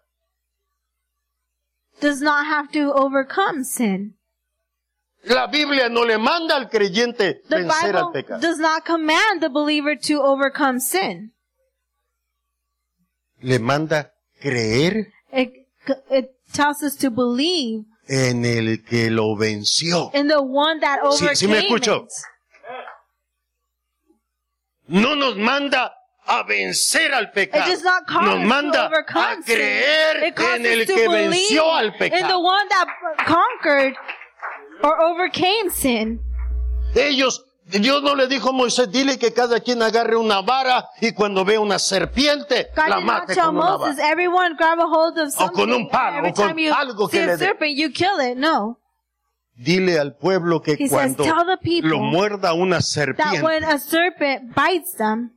B: does not have to overcome sin.
A: La Biblia no le manda al creyente
B: The
A: vencer al
B: Bible
A: pecado.
B: does not command the believer to overcome sin.
A: Le manda creer
B: It, it tells us to believe
A: en el que lo venció.
B: in the one that
A: Sí,
B: overcame
A: sí me escucho.
B: it.
A: No nos manda a vencer al
B: It
A: pecado.
B: does not cause
A: Nos
B: us
A: manda
B: to overcome
A: a
B: sin.
A: creer
B: It calls
A: en
B: us
A: el
B: to
A: que
B: believe
A: venció al
B: in the
A: pecado.
B: one that conquered or overcame sin.
A: Ellos, Dios no le dijo a Moisés, dile que cada quien agarre una vara y cuando vea una serpiente,
B: God
A: la
B: did not
A: mate
B: tell
A: con una
B: Moses,
A: vara.
B: everyone grab a hold of
A: O
B: something.
A: con un palo,
B: Every
A: o con
B: time you
A: algo que
B: see
A: le
B: a
A: dé.
B: serpent, you kill it. No.
A: Dile al pueblo que
B: He says,
A: cuando
B: "Tell the people
A: lo muerda una
B: That
A: serpiente,
B: when a serpent bites them,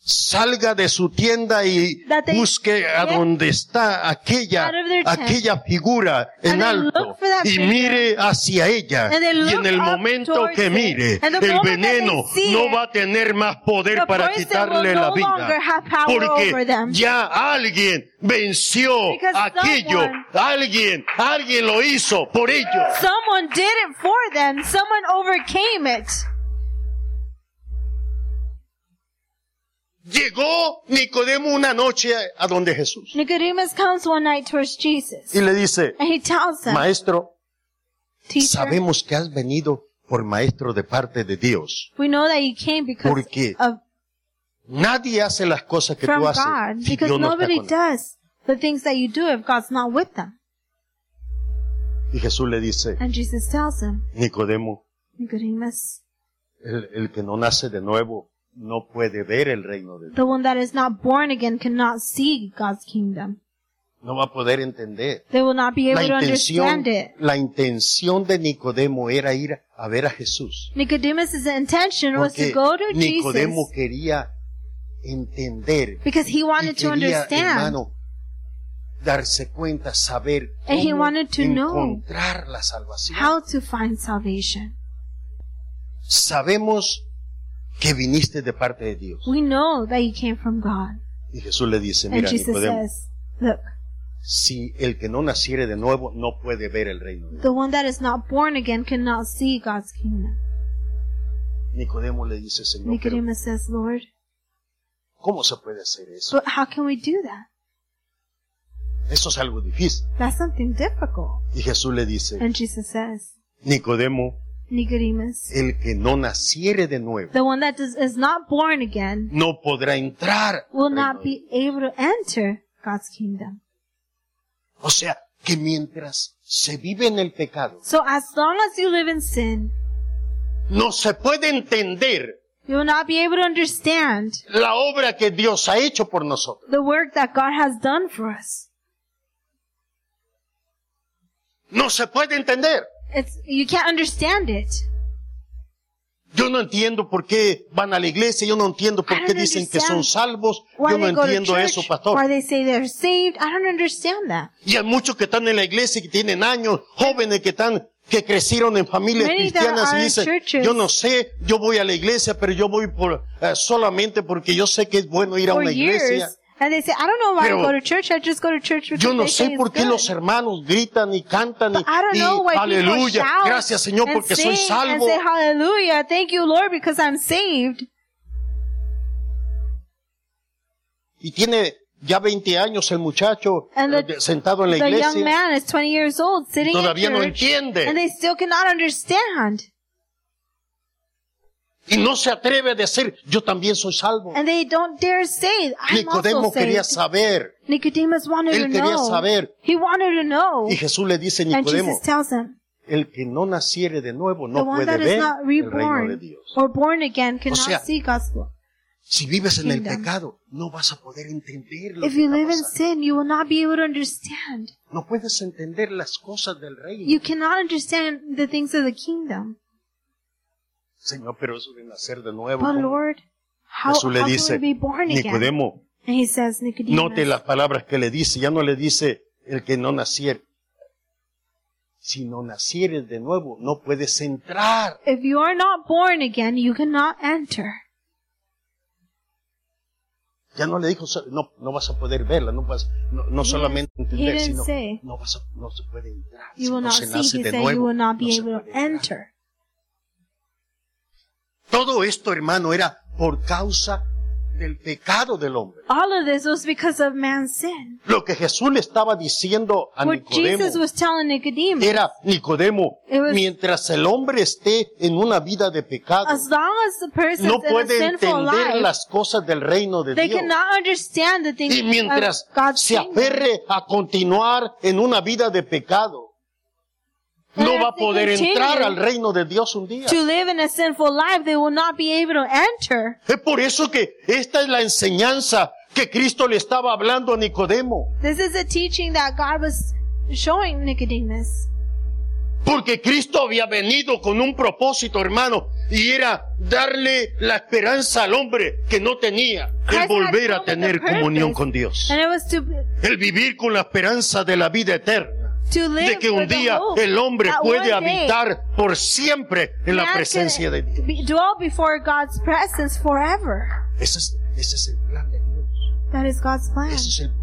A: salga de su tienda y
B: That they-
A: busque a
B: Yeah.
A: donde está aquella,
B: Out of their tent.
A: aquella figura en
B: And they
A: alto
B: look for that
A: y
B: figure.
A: mire hacia ella.
B: And they
A: Y
B: look
A: en el
B: up
A: momento
B: towards
A: que
B: it.
A: mire,
B: And the
A: el
B: moment that they
A: veneno
B: see
A: no
B: it,
A: va a tener más poder
B: the
A: para
B: poison
A: quitarle
B: will
A: la
B: no
A: vida.
B: longer have power over
A: Porque
B: them.
A: ya alguien venció
B: Because
A: aquello.
B: someone-
A: Alguien, alguien lo hizo por ellos.
B: someone did it for them. Someone overcame it.
A: Llegó Nicodemo una noche a donde Jesús
B: Nicodemus comes one night towards Jesus.
A: y le dice,
B: And he tells them,
A: maestro,
B: Teacher,
A: Sabemos que has venido por maestro de parte de Dios.
B: we know that you came because
A: Porque
B: of
A: Nadie hace las cosas que
B: from
A: tú haces
B: God
A: si
B: because
A: Dios no está
B: nobody
A: con él.
B: does the things that you do if God's not with them.
A: Y Jesús le dice,
B: And Jesus tells him,
A: Nicodemo,
B: Nicodemus,
A: el, el que no nace de nuevo no puede ver el reino de Dios.
B: the one that is not born again cannot see God's kingdom.
A: No va a poder entender.
B: They will not be
A: La
B: able to
A: intención,
B: understand it.
A: la intención de Nicodemo era ir a ver a Jesús.
B: Nicodemus' intention was to
A: Porque
B: go to
A: Nicodemo
B: Jesus
A: quería entender.
B: because he
A: Y
B: wanted to
A: quería,
B: understand.
A: hermano, darse cuenta, saber
B: And he
A: cómo
B: wanted to know.
A: encontrar la salvación.
B: how to find salvation.
A: sabemos que viniste de parte de Dios.
B: We know that you came from God.
A: Y Jesús le dice,
B: And
A: mira,
B: Jesus
A: Nicodemo,
B: says, look,
A: si el que no naciere de nuevo no puede ver el reino de Dios.
B: the one that is not born again cannot see God's kingdom.
A: Nicodemo le dice, Señor, pero
B: Nicodemus says, Lord,
A: ¿cómo se puede hacer eso?
B: but how can we do that?
A: Eso es algo difícil.
B: That's something difficult.
A: Y Jesús le dice,
B: And Jesus says,
A: Nicodemo,
B: Nicodemus,
A: el que no naciere de nuevo
B: the one that does, is not born again
A: no podrá entrar. al
B: will
A: reino
B: not
A: de Dios".
B: be able to enter God's kingdom.
A: O sea, que mientras se vive en el pecado,
B: So as long as you live in sin,
A: no se puede entender
B: you will not be able to understand
A: la obra que Dios ha hecho por nosotros.
B: the work that God has done for us.
A: No se puede entender.
B: It's, you can't understand it.
A: Yo no entiendo por qué van a la iglesia, yo no entiendo por
B: I
A: qué
B: don't
A: dicen que son
B: understand
A: salvos,
B: why
A: yo no
B: they go to
A: entiendo
B: church,
A: eso,
B: why
A: pastor.
B: they say they're saved. I don't understand that.
A: Y hay muchos que están en la iglesia y que tienen años, jóvenes que están que crecieron en familias
B: Many that
A: cristianas
B: are
A: y
B: in
A: dicen,
B: churches.
A: yo no sé, yo voy a la iglesia, pero yo voy por eh, solamente porque yo sé que es bueno ir a
B: For
A: una iglesia.
B: years. And they say, I don't know why
A: Pero-
B: I go to church. I just go to church because
A: Yo no
B: they say
A: sé
B: it's
A: por qué
B: good.
A: los hermanos gritan y cantan y,
B: But I don't
A: y,
B: know why people
A: aleluya,
B: shout
A: gracias Señor
B: and
A: porque
B: sing
A: soy
B: and
A: salvo.
B: say hallelujah. Thank you, Lord, because I'm saved.
A: Y tiene ya 20 años el muchacho
B: And the-
A: eh, de- sentado en la
B: The young
A: iglesia.
B: man is 20 years old, sitting in
A: Todavía no
B: church,
A: entiende.
B: and they still cannot understand,
A: Y no se atreve a decir, yo también soy salvo.
B: and they don't dare say, "I'm
A: Nicodemo
B: also
A: quería
B: saved."
A: saber.
B: Nicodemus wanted
A: Él
B: to
A: quería
B: know.
A: saber.
B: He wanted to know,
A: Y Jesús le dice,
B: and
A: Nicodemo,
B: Jesus tells him,
A: el que no naciere de nuevo
B: the
A: no
B: one
A: puede
B: that is
A: ver
B: not
A: el reino de
B: reborn
A: Dios.
B: or born again cannot
A: sea,
B: see God's glory.
A: Si vives en el
B: Kingdom.
A: pecado, no vas a poder entender lo
B: If
A: que
B: you
A: está
B: live in
A: pasando.
B: sin, you will not be able to understand.
A: No puedes entender las cosas del reino.
B: You cannot understand the things of the kingdom.
A: Señor, pero eso de nacer de nuevo.
B: But
A: ¿cómo?
B: Oh, Lord, how,
A: Jesús le
B: how
A: dice,
B: can we be born again? And
A: Nicodemo,
B: he says,
A: note
B: Nicodemus,
A: las palabras que le dice. Ya no le dice el que no naciere. si no nacieres de nuevo, no puedes entrar.
B: If you are not born again, you cannot enter.
A: Ya no le dijo, so- no, no vas a poder verla, no vas, no, no solamente entender,
B: didn't
A: sino
B: say.
A: no vas a, no se puede entrar. si
B: You will
A: no
B: not
A: se
B: see.
A: nace
B: He
A: de
B: said you
A: nuevo,
B: will not
A: no
B: be
A: se
B: able to
A: puede entrar.
B: enter.
A: Todo esto, hermano, era por causa del pecado del hombre.
B: All of this was because of man's sin.
A: Lo que Jesús le estaba diciendo a
B: What Jesus
A: Nicodemo
B: was telling Nicodemus,
A: era, Nicodemo,
B: It was-
A: mientras el hombre esté en una vida de pecado,
B: as long as the person
A: no
B: in a
A: puede
B: sinful
A: entender
B: life,
A: las cosas del reino de
B: they
A: Dios.
B: cannot understand the things
A: Y mientras
B: of God's
A: se
B: kingdom.
A: aferre a continuar en una vida de pecado,
B: And
A: no
B: if
A: va a
B: they
A: poder
B: continue
A: entrar al reino de Dios un día.
B: To live in a sinful life, they will not be able to enter.
A: Es por eso que esta es la enseñanza que Cristo le estaba hablando a Nicodemo.
B: This is a teaching that God was showing Nicodemus.
A: Porque Cristo había venido con un propósito, hermano, y era darle la esperanza al hombre que no tenía, el
B: Christ
A: volver
B: had
A: a
B: come with
A: tener
B: a purpose.
A: comunión con Dios,
B: And it was to
A: el vivir con la esperanza de la vida eterna.
B: to live
A: de que un
B: with the
A: día
B: hope
A: el hombre
B: that one
A: puede
B: day
A: habitar por siempre en la
B: man
A: presencia de
B: can
A: Dios.
B: be- Dwell before God's presence forever.
A: Ese es, ese es el plan de Dios.
B: That is God's plan.
A: Ese es el,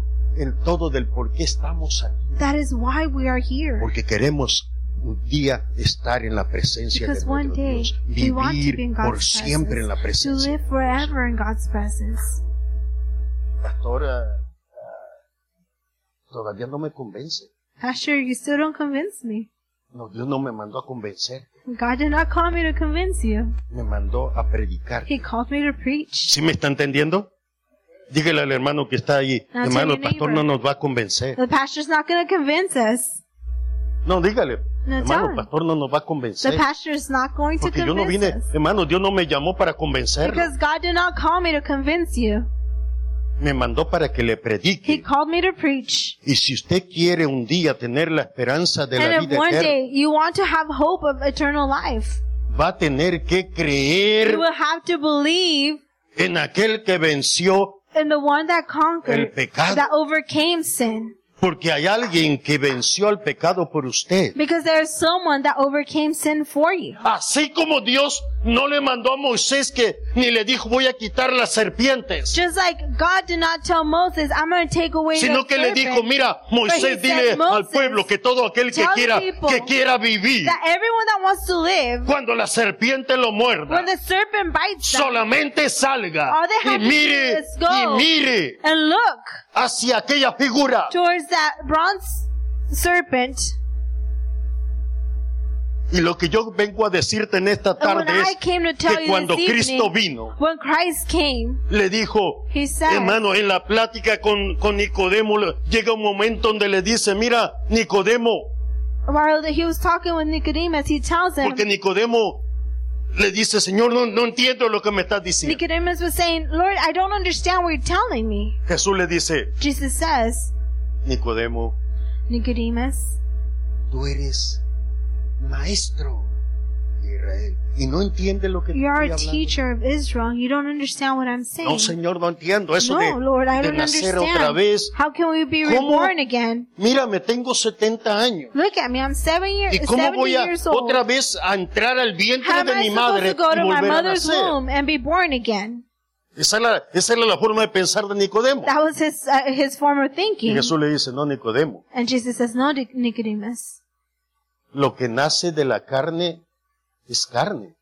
A: el todo del por qué estamos aquí.
B: That is why we are here.
A: Porque queremos un día estar en la presencia
B: Because
A: de
B: one
A: nuestro
B: day
A: Dios.
B: we want to
A: Vivir
B: be in
A: por
B: God's
A: siempre en la
B: presence. To
A: presencia.
B: live forever in God's presence.
A: Pastora, eh, todavía no me convence.
B: Pastor, you still don't convince me.
A: No, Dios no me mandó a convencer.
B: God did not call me to convince you.
A: Me mandó a predicar.
B: He called me to preach.
A: ¿Sí me está entendiendo? Dígale al hermano que está ahí.
B: Now
A: hermano,
B: tell
A: el
B: your
A: pastor no
B: neighbor.
A: nos va a convencer.
B: The pastor's not going to convince us.
A: No, dígale.
B: No,
A: hermano,
B: tell
A: el
B: him.
A: pastor no nos va a
B: The
A: convencer.
B: pastor is not going to
A: Porque yo no
B: convince
A: vine,
B: us.
A: hermano, Dios no me llamó para convencerlo.
B: Because God did not call me to convince you.
A: Me mandó para que le
B: He
A: predique.
B: called me to preach.
A: Y si usted quiere un día tener la esperanza de la
B: And if
A: vida
B: one
A: eterna,
B: day you want to have hope of eternal life,
A: va a tener que creer
B: you will have to believe
A: en aquel que venció,
B: in the one that
A: El
B: conquered,
A: pecado.
B: that overcame sin.
A: porque hay alguien que venció al pecado por usted.
B: Because there is someone that overcame sin for you.
A: Así como Dios no le mandó a Moisés que ni le dijo voy a quitar las serpientes,
B: Just like God did not tell Moses, I'm going to take away the
A: sino que le dijo,
B: serpent,"
A: mira, Moisés
B: said,
A: dile al
B: "Moses,
A: pueblo que todo aquel que
B: tell the
A: quiera
B: people
A: que quiera vivir
B: that everyone that wants to live,
A: cuando la serpiente lo muerda,
B: when the serpent bites them,
A: solamente salga
B: All they
A: y
B: have to do
A: mire
B: is
A: y
B: go.
A: mire
B: and look
A: hacia aquella figura
B: towards that bronze serpent,
A: y lo que yo vengo a decirte en esta
B: And when
A: tarde
B: I
A: es
B: came to tell
A: que
B: you
A: cuando
B: this
A: Cristo
B: evening,
A: vino
B: when Christ came,
A: le dijo
B: He said-
A: hermano en la plática con, con Nicodemo le- llega un momento donde le dice mira Nicodemo
B: while he was talking with Nicodemus, he tells him,
A: porque Nicodemo le dice Señor no, no entiendo lo que me estás diciendo
B: Nicodemus was saying, Lord, I don't understand what you're telling me.
A: Jesús le dice
B: Jesus says,
A: Nicodemo
B: Nicodemus,
A: tú eres maestro de Israel y no entiende lo que te
B: you are
A: estoy
B: a
A: hablando.
B: teacher of Israel. You don't understand what I'm saying.
A: No, Señor, no entiendo eso
B: No,
A: de,
B: Lord, I
A: de
B: don't
A: nacer otra
B: understand.
A: vez.
B: How can we be
A: ¿Cómo?
B: reborn again?
A: Mira, me tengo 70 años.
B: Look at me, I'm seven years,
A: ¿Y cómo
B: 70
A: voy a
B: years old.
A: otra vez a entrar al
B: How
A: vientre
B: am
A: de
B: I
A: mi
B: supposed
A: madre
B: to go
A: y
B: to my
A: volver a
B: mother's
A: nacer?
B: womb and be born again?
A: Esa era, esa era la forma de pensar de Nicodemo.
B: That was his uh, his former
A: Y
B: thinking.
A: Jesús le dice, no, Nicodemo,
B: And Jesus says, No, Nic- Nicodemus.
A: lo que nace de la carne es carne.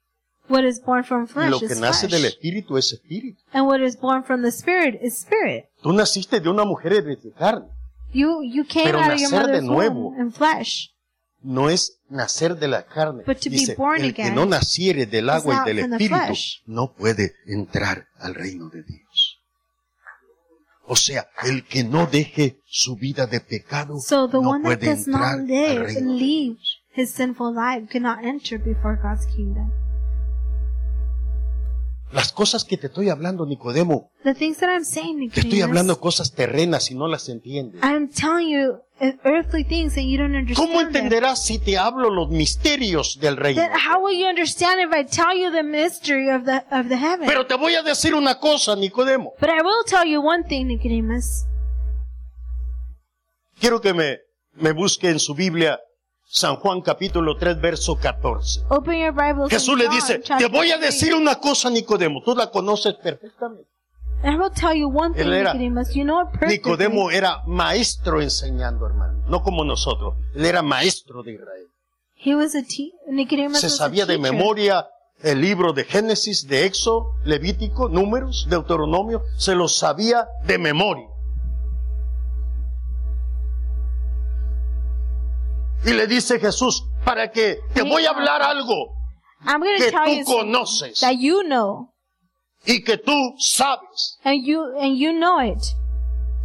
B: What is born from
A: Y
B: flesh
A: lo que
B: is
A: nace del e-
B: flesh.
A: espíritu es espíritu.
B: And what is born from the spirit is spirit.
A: Tú naciste de una mujer hereditaria. carne.
B: You you came
A: Pero
B: out of your
A: nacer de
B: mother's
A: nuevo.
B: womb in flesh.
A: No es nacer de la carne.
B: But to be
A: Dice,
B: born
A: el que
B: again
A: no naciere del agua
B: not
A: y del
B: from the
A: espíritu
B: flesh."
A: no puede entrar al reino de Dios. O sea, el que no deje su vida de pecado
B: So the
A: no
B: one that
A: puede
B: does
A: entrar
B: not
A: al
B: live
A: reino.
B: and leave his sinful life cannot enter before God's kingdom.
A: Las cosas que te estoy hablando, Nicodemo,
B: The things that I'm saying,
A: te estoy hablando
B: Nicodemus,
A: cosas terrenas y no las entiendes.
B: I'm telling you uh, earthly things that you don't
A: ¿Cómo
B: understand. them.
A: entenderás si te hablo los misterios del reino?
B: Then how will you understand if I tell you the mystery of the of the heaven?
A: Pero te voy a decir una cosa, Nicodemo.
B: But I will tell you one thing, Nicodemus.
A: Quiero que me, me busque en su Biblia San Juan capítulo 3, verso 14.
B: Open your Bibles. in
A: Jesús le
B: John,
A: dice, te
B: chapter
A: voy a
B: three.
A: decir una cosa, Nicodemo, tú la conoces perfectamente.
B: And I will tell you one thing,
A: Él era-
B: Nicodemus. You know it perfectly.
A: Nicodemo era maestro enseñando, hermano, no como nosotros, él era maestro de Israel.
B: He was a te- Nicodemus
A: Se
B: was a
A: sabía de
B: teacher.
A: memoria el libro de Génesis, de Éxodo, Levítico, Números, Deuteronomio, se lo sabía de memoria. Y le dice Jesús, para que te voy a hablar algo
B: I'm going
A: que
B: to tell
A: tú
B: you something
A: conoces
B: that you know
A: y que tú sabes.
B: and you and you know it.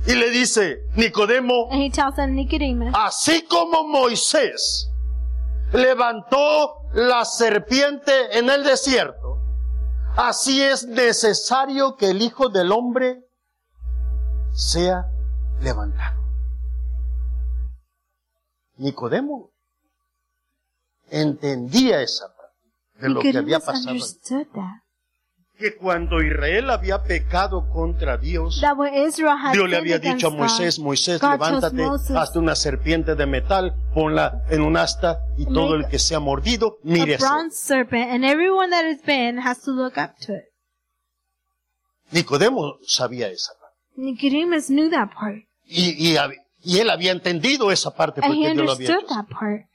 A: Y le dice, Nicodemo,
B: And he tells them Nicodemus,
A: Así como Moisés levantó la serpiente en el desierto, así es necesario que el Hijo del Hombre sea levantado. Nicodemo entendía esa parte de lo que había
B: Nicodemus
A: pasado. allí.
B: understood that.
A: Que cuando Israel había pecado contra Dios,
B: That when Israel had
A: Dios le
B: sinned
A: había
B: against
A: dicho a Moisés,
B: God,
A: Moisés,
B: God tells
A: levántate,
B: Moses,
A: hazte una serpiente de metal, ponla en un asta y
B: Make
A: todo el que sea mordido,
B: a
A: mire hacia él".
B: bronze serpent, and everyone that has been has to look up to it.
A: Nicodemo sabía esa parte.
B: Nicodemus knew that part,
A: Y, y hab- y él había entendido esa parte
B: and
A: porque
B: he
A: Dios lo había
B: understood
A: hecho.
B: that part.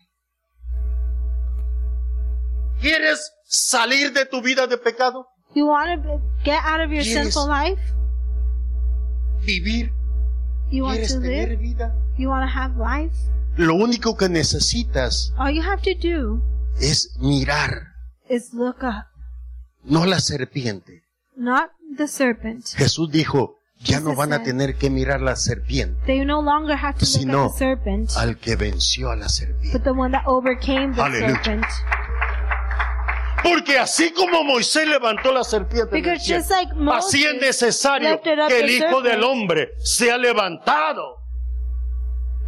A: ¿Quieres salir de tu vida de pecado?
B: You want to get out of your
A: Yes.
B: sinful life?
A: ¿Vivir?
B: You want to
A: ¿Quieres tener
B: live?
A: vida?
B: You want to have life?
A: Lo único que necesitas
B: All you have to do
A: es mirar,
B: is look up,
A: no la serpiente.
B: not the serpent.
A: Jesús dijo, ya no
B: Jesus
A: van a
B: said,
A: tener que mirar la serpiente,
B: They no longer have to look
A: Sino
B: at the serpent,
A: al que venció a la serpiente.
B: but the one that overcame the
A: Hallelujah.
B: serpent.
A: Porque así como Moisés levantó la serpiente, en el
B: Because just
A: cielo,
B: like Moses
A: así es necesario
B: lifted up
A: que el
B: the
A: Hijo
B: serpent.
A: del Hombre sea levantado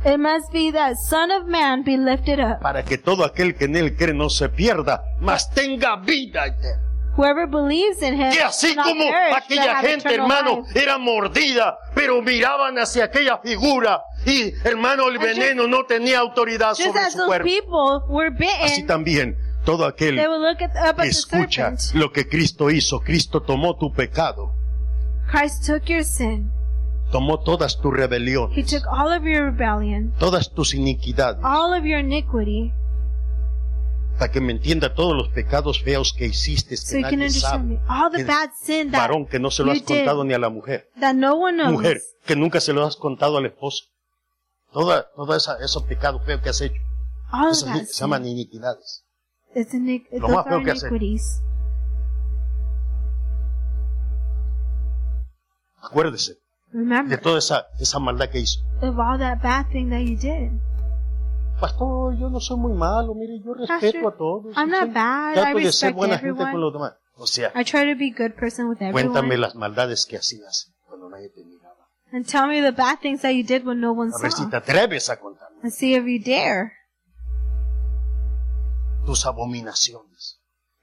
B: It must be that Son of Man be lifted up.
A: para que todo aquel que en él cree no se pierda, mas tenga vida eterna.
B: Whoever believes in him
A: Que así
B: shall not
A: como
B: perish, but
A: aquella
B: have
A: gente,
B: eternal
A: hermano,
B: life.
A: era mordida, pero miraban hacia aquella figura y, hermano, el
B: And just-
A: veneno no tenía autoridad
B: Just
A: sobre
B: as
A: su
B: those
A: cuerpo.
B: people were
A: Así
B: bitten,
A: también todo aquel
B: they will look at, up
A: que
B: at the
A: escucha
B: serpent.
A: lo que Cristo hizo, Cristo tomó tu pecado,
B: Christ took your sin.
A: tomó todas tus
B: He
A: rebeliones.
B: took all of your rebellion,
A: todas tus iniquidades,
B: all of your iniquity,
A: para que me entienda todos los pecados feos que hiciste, que
B: so you can
A: nadie
B: understand
A: sabe.
B: me. All the
A: El
B: bad sin that,
A: Varón que no se lo
B: you
A: has contado
B: did.
A: ni a la mujer,
B: that no one knows.
A: mujer que nunca se lo has contado al esposo, toda, toda esa, esos pecados feos que has hecho,
B: All of
A: esas ni-
B: that
A: se llaman
B: sin.
A: iniquidades.
B: It's iniqu-
A: Lo
B: those
A: más feo
B: are
A: que hacer.
B: iniquities.
A: Acuérdese de
B: Remember,
A: toda esa, esa maldad que hizo.
B: of all that bad thing that you did.
A: Pastor, yo no soy muy malo, mire, yo respeto
B: Pastor,
A: a todos.
B: Ah, I'm
A: yo
B: not
A: soy-
B: bad,
A: Trato
B: I
A: de ser
B: respect
A: buena gente
B: everyone.
A: con los demás. O sea,
B: I try to be good person with everyone.
A: cuéntame las maldades que hacías cuando nadie te miraba.
B: And tell me the bad things that you did when no one
A: A ver si
B: saw.
A: te atreves a contarme
B: And see if you dare
A: tus abominaciones.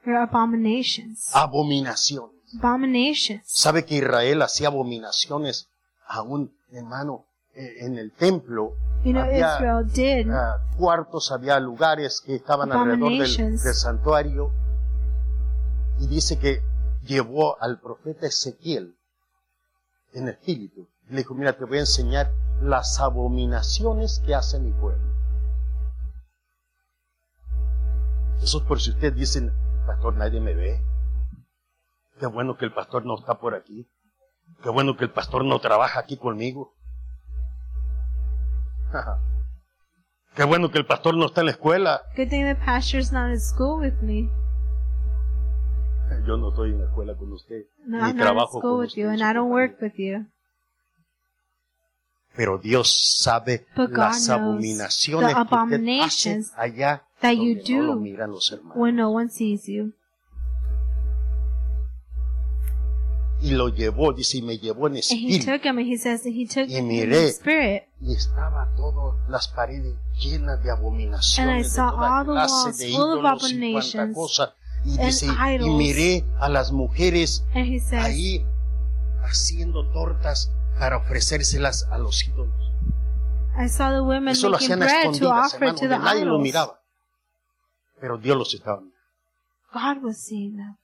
B: your
A: Ah.
B: abominations.
A: abominaciones.
B: Abominations.
A: ¿Sabe que Israel hacía abominaciones aún, hermano, eh, en el templo?
B: You know,
A: había
B: Israel did
A: ah, cuartos, había lugares que estaban alrededor del,
B: Abominations.
A: del santuario. Y dice que llevó al profeta Ezequiel en espíritu. Le dijo, mira, te voy a enseñar las abominaciones que hace mi pueblo. Eso es por si ustedes dicen, pastor, nadie me ve. Qué bueno que el pastor no está por aquí. Qué bueno que el pastor no trabaja aquí conmigo. Qué bueno que el pastor no está en la escuela.
B: Good thing the pastor's not at school with me.
A: Yo no estoy en la escuela con usted.
B: No,
A: ni
B: I'm not at
A: trabajo
B: school
A: con
B: with
A: usted
B: you,
A: en
B: and
A: su
B: I don't
A: compañía.
B: work with you.
A: Pero Dios sabe
B: But God
A: las
B: knows
A: abominaciones
B: the
A: que usted
B: abominations
A: hace allá
B: that you
A: donde no lo
B: do
A: miran los hermanos.
B: When no one sees you.
A: Y lo llevó, dice, y me llevó en
B: And he
A: espíritu.
B: took him, and he says that he took
A: Y
B: him in
A: miré.
B: the spirit.
A: y estaba todas las paredes llenas de
B: And I
A: abominaciones, de
B: saw
A: toda
B: all the
A: clase
B: walls
A: de
B: full of
A: ídolos y cuanta
B: abominations
A: cosa. Y
B: and
A: dice, y
B: idols.
A: miré a las mujeres
B: And he says,
A: ahí haciendo tortas para ofrecérselas a los ídolos.
B: I saw the women
A: Eso lo
B: making
A: hacían a
B: bread to
A: escondidas,
B: offer
A: hermanos,
B: to
A: que
B: the
A: nadie lo
B: idols.
A: miraba. Pero Dios los estaba mirando.
B: God was seeing them.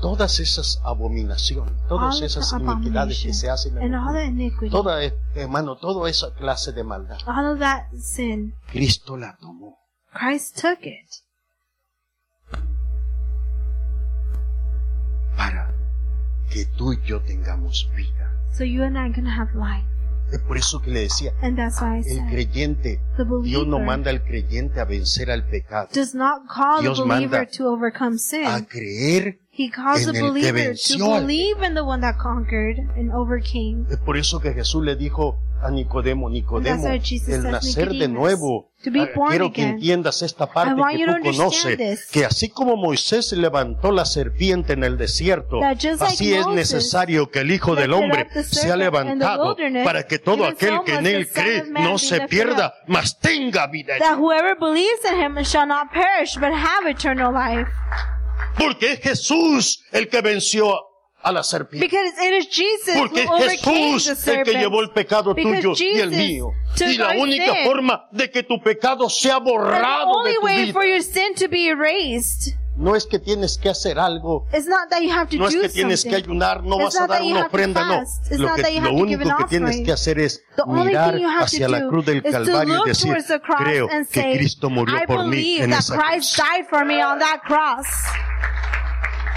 A: Todas esas abominaciones,
B: All
A: todas
B: the
A: esas iniquidades que
B: abominations
A: se hacen en el
B: and all
A: mundo,
B: the iniquity,
A: toda, es- hermano, toda esa clase de maldad,
B: all of that sin,
A: Cristo la tomó.
B: Christ took it
A: para que tú y yo tengamos vida.
B: so you and I can have life.
A: Es por eso que le decía,
B: And that's why I
A: el
B: said
A: creyente,
B: the
A: Dios no
B: believer
A: manda al creyente a vencer al pecado,
B: does not call
A: Dios
B: the believer
A: manda
B: to overcome sin.
A: a creer.
B: He calls
A: en
B: the
A: el que
B: believer to
A: venció al
B: believe in the one that conquered and overcame.
A: Es por eso que Jesús le dijo a Nicodemo,
B: And that's
A: Nicodemo,
B: why Jesus
A: el
B: says,
A: nacer de
B: Nicodemus,
A: nuevo.
B: to be
A: ah,
B: born
A: Quiero que
B: again.
A: entiendas esta parte
B: I want
A: que
B: you to
A: tú
B: understand
A: conoces,
B: this.
A: que así como Moisés levantó la serpiente en el desierto,
B: That just like
A: así es
B: Moses
A: necesario que el Hijo del
B: lifted
A: Hombre
B: up the
A: sea
B: serpent in the
A: levantado
B: wilderness,
A: para que todo
B: even
A: aquel
B: so
A: que en
B: must
A: él
B: the Son
A: cree
B: of Man
A: no
B: be
A: se
B: lifted
A: pierda, mas tenga vida.
B: That whoever believes in him shall not perish but have eternal life.
A: Porque es Jesús el que venció a la serpiente.
B: Because it is Jesus
A: Porque
B: who
A: es
B: overcame the
A: Jesús el que llevó el
B: serpent.
A: pecado
B: Because
A: tuyo y el
B: Jesus
A: mío.
B: took
A: Y la
B: our
A: única
B: sin.
A: forma de que tu pecado sea
B: And the
A: borrado de
B: only
A: tu
B: way
A: vida
B: for your sin to be erased
A: no es que tienes que hacer algo,
B: is not that you have to
A: no es
B: do
A: que tienes que
B: something.
A: ayunar, no
B: It's
A: vas a
B: not
A: dar
B: that you
A: una
B: have to
A: ofrenda, no.
B: fast. It's
A: Lo,
B: not
A: que-
B: that
A: lo
B: you have to give
A: único
B: an
A: que tienes
B: offering.
A: que hacer es
B: The only
A: mirar
B: thing you have
A: hacia
B: to
A: la
B: do
A: cruz del
B: is to
A: Calvario y
B: look
A: decir,
B: towards the cross
A: creo
B: and
A: que
B: say,
A: Cristo murió
B: I
A: por mí
B: believe
A: en
B: that
A: esa
B: Christ
A: cruz.
B: died for me on that cross.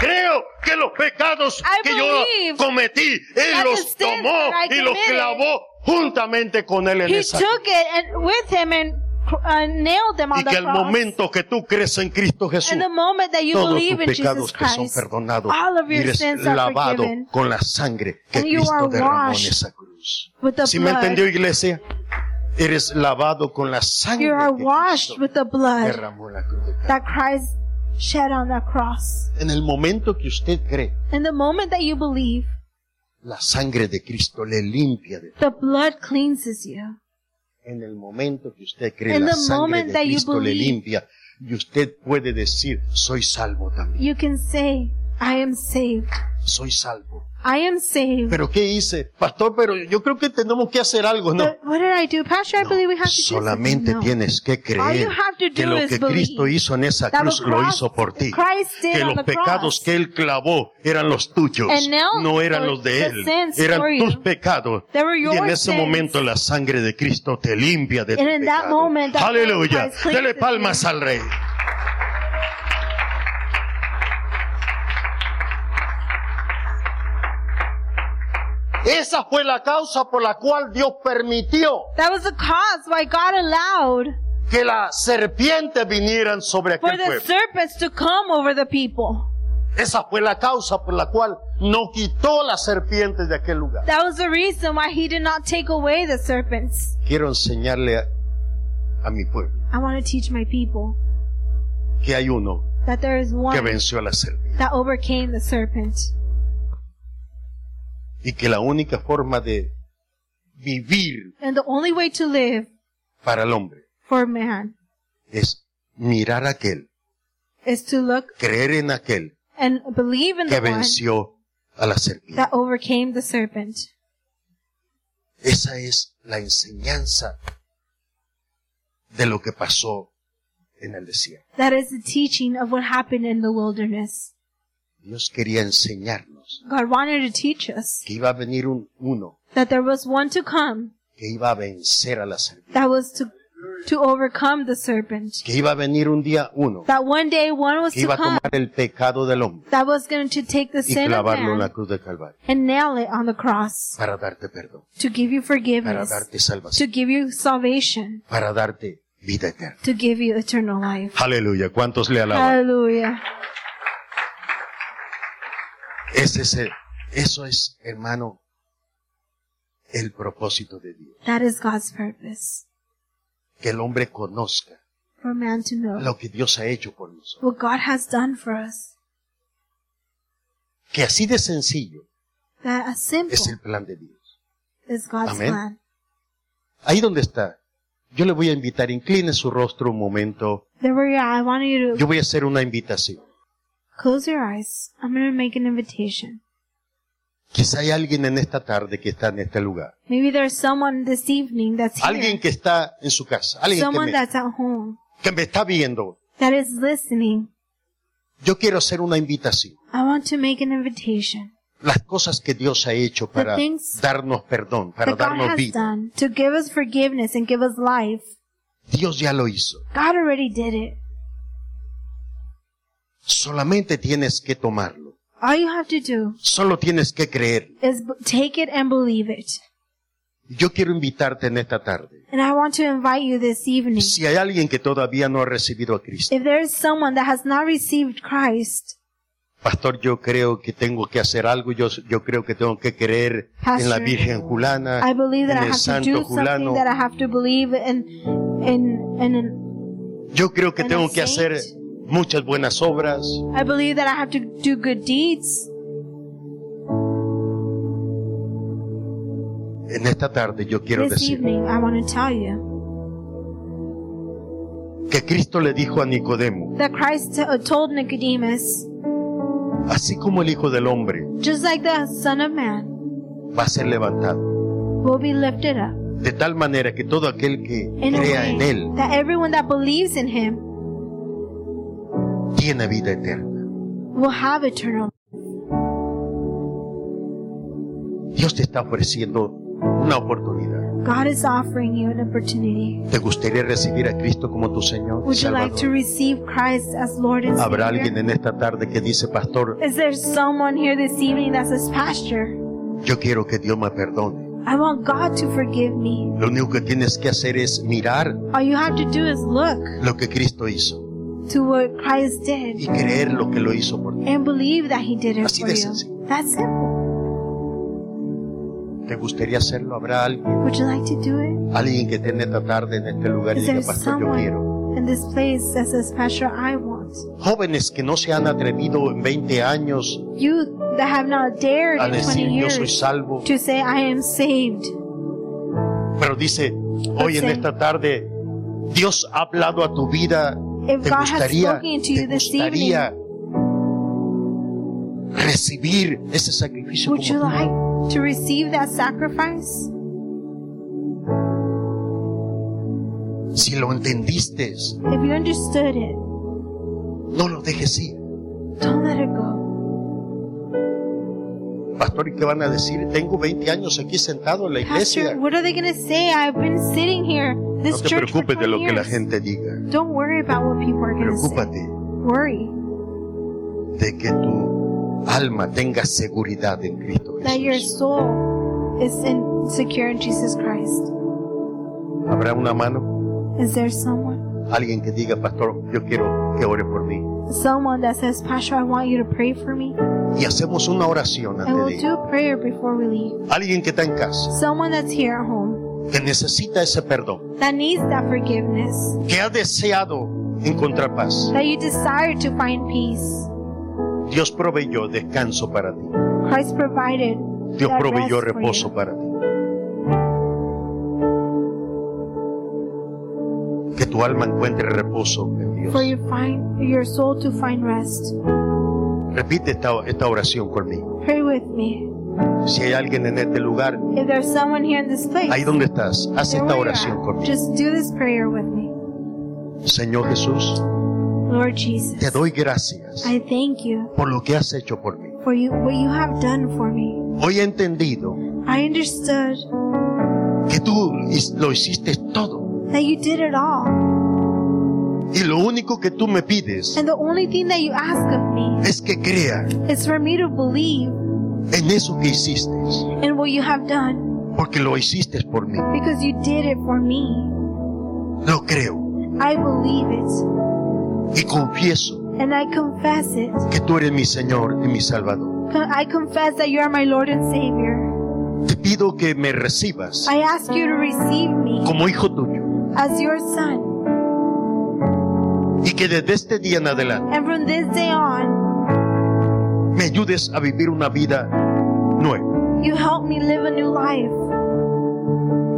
A: Creo que los pecados
B: I
A: que yo
B: believe
A: cometí, Él
B: that the
A: los
B: sins
A: tomó
B: that I
A: y los
B: committed,
A: clavó juntamente con Él en
B: He
A: esa cruz.
B: took it and with him and cr- uh, nailed them on
A: Y que
B: the
A: al
B: cross.
A: momento que tú crees en Cristo Jesús,
B: And the moment that you
A: todos
B: believe
A: tus
B: in Jesus
A: pecados te son
B: Christ,
A: perdonados
B: all of
A: y
B: your
A: eres
B: sins are
A: lavado
B: forgiven
A: con la sangre que
B: And you
A: Cristo
B: are
A: derramó en
B: washed
A: esa cruz.
B: with the
A: ¿Sí me
B: blood.
A: entendió, iglesia? Eres lavado con la sangre
B: You are
A: que
B: washed
A: Cristo
B: with the blood
A: derramó en la cruz de Calvario.
B: that Christ shed on the cross.
A: En el momento que usted cree,
B: And the moment that you believe,
A: la sangre de Cristo le limpia. de-
B: the blood cleanses you.
A: En el momento que usted cree,
B: In
A: la
B: the
A: sangre
B: moment
A: de
B: that you
A: Cristo le
B: believe.
A: limpia. Y usted puede decir, soy salvo también,
B: You can say, I am saved.
A: soy salvo.
B: I am saved.
A: ¿Pero qué hice? Pastor, pero yo creo que tenemos que hacer algo, ¿no?
B: But what did I do? Pastor, I believe we have to do
A: Solamente
B: something. No.
A: tienes que
B: All you
A: creer
B: have to do
A: que lo
B: is
A: que
B: believe
A: Cristo hizo en esa
B: that
A: cruz
B: what
A: lo
B: Christ-
A: hizo por ti.
B: Christ did
A: Que
B: on
A: los
B: the
A: pecados
B: cross.
A: que Él clavó eran los tuyos,
B: And now
A: no eran
B: the-
A: los de
B: the
A: Él,
B: sins
A: eran
B: for you.
A: tus pecados.
B: They were
A: Y
B: your
A: en ese
B: sins.
A: momento la sangre de Cristo te limpia de tu
B: And in that
A: pecado.
B: moment, the blood
A: Aleluya,
B: of Christ
A: dele
B: cleanses you.
A: palmas al Rey. Esa fue la causa por la cual Dios permitió
B: That was the cause why God allowed
A: que las serpientes vinieran sobre
B: for
A: aquel
B: the
A: pueblo.
B: serpents to come over the people.
A: Esa fue la causa por la cual no quitó las serpientes de aquel lugar.
B: That was the reason why he did not take away the serpents.
A: Quiero enseñarle a, a mi pueblo
B: I want to teach my people
A: que hay uno
B: that there is
A: que
B: one
A: venció a la serpiente
B: that overcame the serpent.
A: y que la única forma de vivir
B: And the only way to live
A: para el hombre
B: for man
A: es mirar a aquel,
B: is to look
A: creer en aquel
B: and believe in
A: que
B: the one
A: venció a la serpiente.
B: that overcame the serpent.
A: Esa es la enseñanza de lo que pasó en el desierto.
B: That is the teaching of what happened in the wilderness.
A: Dios quería enseñarnos
B: God wanted to teach us
A: que iba a venir un uno
B: that there was one to come
A: que iba a vencer a la serpiente,
B: that was to, to overcome the serpent.
A: que iba a venir un día uno
B: That one day one was
A: que
B: to
A: iba a
B: come
A: tomar el pecado del hombre
B: that was going to take the
A: y
B: sin of
A: clavarlo en
B: man
A: la cruz de Calvario
B: and nail it on the cross
A: para darte perdón,
B: to give you
A: para
B: forgiveness,
A: darte
B: to
A: salvación,
B: give you salvation,
A: para darte vida eterna.
B: to give you eternal life.
A: Aleluya, ¿cuántos le alaban?
B: Hallelujah.
A: Ese es el- eso es, hermano, el propósito de Dios,
B: That is God's purpose
A: que el hombre conozca
B: for man to know
A: lo que Dios ha hecho por nosotros.
B: what God has done for us.
A: Que así de sencillo
B: That as
A: es
B: simple
A: el plan de Dios.
B: is God's
A: Amén.
B: plan.
A: Ahí donde está, yo le voy a invitar, incline su rostro un momento.
B: There we are. I want you to
A: Yo voy a hacer una invitación.
B: close your eyes. I'm going to make an invitation.
A: Quizá hay alguien en esta tarde que está en este lugar.
B: Maybe there's someone this evening that's
A: Alguien
B: here.
A: que está en su casa. Alguien que me,
B: Someone that's at home
A: que me está viendo.
B: that is listening.
A: Yo quiero hacer una invitación.
B: I want to make an invitation
A: Las cosas que Dios ha hecho para
B: The things
A: darnos perdón, para
B: that God
A: darnos
B: has
A: vida.
B: done to give us forgiveness and give us life.
A: Dios ya lo hizo.
B: God already did it.
A: Solamente tienes que tomarlo.
B: All you have to do
A: Solo tienes que creer.
B: is b- take it and believe it.
A: Yo quiero invitarte en esta tarde.
B: And I want to invite you this evening.
A: Si hay alguien que todavía no ha recibido a Cristo,
B: If there is someone that has not received Christ,
A: Pastor, yo creo que tengo que hacer algo, yo, yo creo que tengo que creer en la
B: Pastor,
A: Virgen Julana,
B: I believe that
A: en
B: I
A: el
B: have to do
A: Santo
B: something
A: Julano,
B: that I have to believe in, in, in, in
A: yo creo que
B: and
A: tengo
B: a
A: que hacer
B: saint.
A: muchas buenas obras.
B: I believe that I have to do good deeds.
A: En esta tarde yo quiero
B: This
A: decir
B: evening, I want to tell you
A: que Cristo le dijo a Nicodemo,
B: that Christ t- uh, told Nicodemus,
A: así como el Hijo del Hombre
B: just like the Son of Man
A: va a ser levantado,
B: will be lifted up
A: de tal manera que todo aquel que
B: in a
A: crea en
B: way
A: Él
B: that everyone that believes in Him
A: tiene vida eterna.
B: will have eternal.
A: Dios te está ofreciendo una oportunidad.
B: God is offering you an opportunity.
A: ¿Te gustaría recibir a Cristo como tu Señor? y
B: Would you like to
A: Salvador?
B: receive Christ as Lord and
A: ¿Habrá
B: Savior?
A: alguien en esta tarde que dice, Pastor,
B: Is there someone here this evening that says, Pastor,
A: Yo quiero que Dios me perdone.
B: I want God to forgive me?
A: Lo único que tienes que hacer es mirar
B: All you have to do is look
A: lo que Cristo hizo
B: to what Christ
A: y
B: did
A: creer lo que lo hizo por ti.
B: and believe that He did it
A: Así
B: for
A: de
B: you.
A: sencillo.
B: That's simple.
A: ¿Te gustaría hacerlo? ¿Habrá alguien,
B: Would you like to do it?
A: alguien que esté en esta tarde en este lugar y
B: Is there
A: diga, Pastor, yo quiero?
B: someone in this place that says, Pastor, I want?
A: Jóvenes que no se han atrevido en 20 años
B: You that have not dared
A: a
B: in 20
A: decir, yo soy
B: years
A: salvo,
B: to say, I am saved.
A: pero dice, hoy en
B: say-
A: esta tarde, Dios ha hablado a tu vida,
B: If
A: te
B: God has
A: gustaría,
B: spoken to you
A: te
B: this
A: gustaría recibir ese sacrificio
B: Would you
A: como tú.
B: like to receive that sacrifice?
A: Si lo entendiste,
B: If you understood it,
A: no lo dejes ir.
B: don't let it go.
A: Pastor, ¿y qué van a decir? Tengo 20 años aquí sentado en la
B: Pastor,
A: iglesia.
B: what are they going to say? I've been sitting here,
A: No
B: this
A: te
B: church for
A: preocupes de lo
B: 20
A: que la
B: years.
A: gente diga.
B: Don't worry about what people are going to say.
A: Preocúpate
B: Worry
A: de que tu alma tenga seguridad en Cristo
B: that your
A: Jesús.
B: soul is in, secure in Jesus Christ.
A: ¿Habrá una mano?
B: Is there someone?
A: Alguien que diga, Pastor, yo quiero que ore por mí.
B: Someone that says, Pastor, I want you to pray for me.
A: Y hacemos una oración
B: And
A: antes
B: we'll
A: de ir.
B: do a prayer before we leave.
A: Alguien que está en casa,
B: Someone that's here at home
A: que necesita ese perdón,
B: that needs that forgiveness,
A: que ha deseado encontrar paz.
B: that you desire to find peace.
A: Dios proveyó descanso para ti.
B: Christ provided.
A: Dios
B: that
A: proveyó
B: rest for you.
A: reposo para ti. Que tu alma encuentre reposo en
B: For
A: Dios.
B: your find your soul to find rest.
A: Repite esta, esta oración conmigo.
B: Pray with me.
A: Si hay alguien en este lugar,
B: If there's someone here in this place,
A: ahí donde estás, haz
B: There
A: esta
B: we are.
A: oración conmigo.
B: Just do this prayer with me.
A: Señor Jesús,
B: Lord Jesus,
A: te doy gracias
B: I thank you
A: por lo que has hecho por mí.
B: for you, what you have done for me.
A: Hoy he entendido
B: I understood
A: que tú his- lo hiciste todo
B: that you did it all.
A: y lo único que tú me pides
B: And the only thing that you ask of me
A: es que crea
B: is for me to believe
A: en eso que hiciste,
B: in what you have done
A: porque lo hiciste por mí.
B: because you did it for me.
A: Lo creo.
B: I believe it
A: y confieso
B: and I confess it.
A: que tú eres mi Señor y mi Salvador.
B: Co- I confess that you are my Lord and Savior.
A: Te pido que me recibas
B: I ask you to receive me
A: como hijo tuyo
B: as your son.
A: y que desde este día en adelante
B: And from this day on,
A: me ayudes a vivir una vida nueva.
B: you help me live a new life.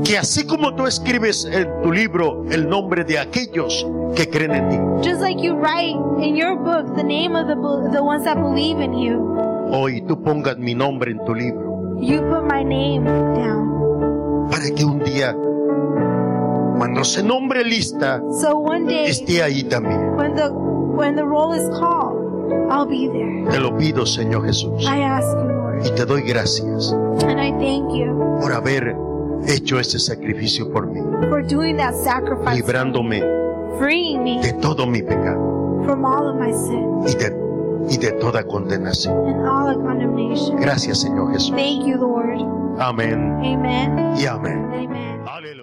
A: Que así como tú escribes en tu libro el nombre de aquellos que creen en ti,
B: Just like you write in your book the name of the bel- the ones that believe in you,
A: hoy tú pongas mi nombre en tu libro,
B: You put my name down.
A: para que un día, cuando se nombre lista,
B: So one day,
A: esté ahí también.
B: when the when the roll is called, I'll be there.
A: Te lo pido, Señor Jesús,
B: I ask you, Lord,
A: y te doy gracias
B: and I thank you
A: por haber hecho ese sacrificio por mí,
B: for doing that sacrifice,
A: librándome
B: freeing me
A: de todo mi pecado
B: from all of my sin
A: y de, y de toda condenación.
B: and all the condemnation.
A: Gracias, Señor Jesús.
B: Thank you, Lord.
A: Amén
B: Amen.
A: y amén.
B: Amen.
A: Aleluya.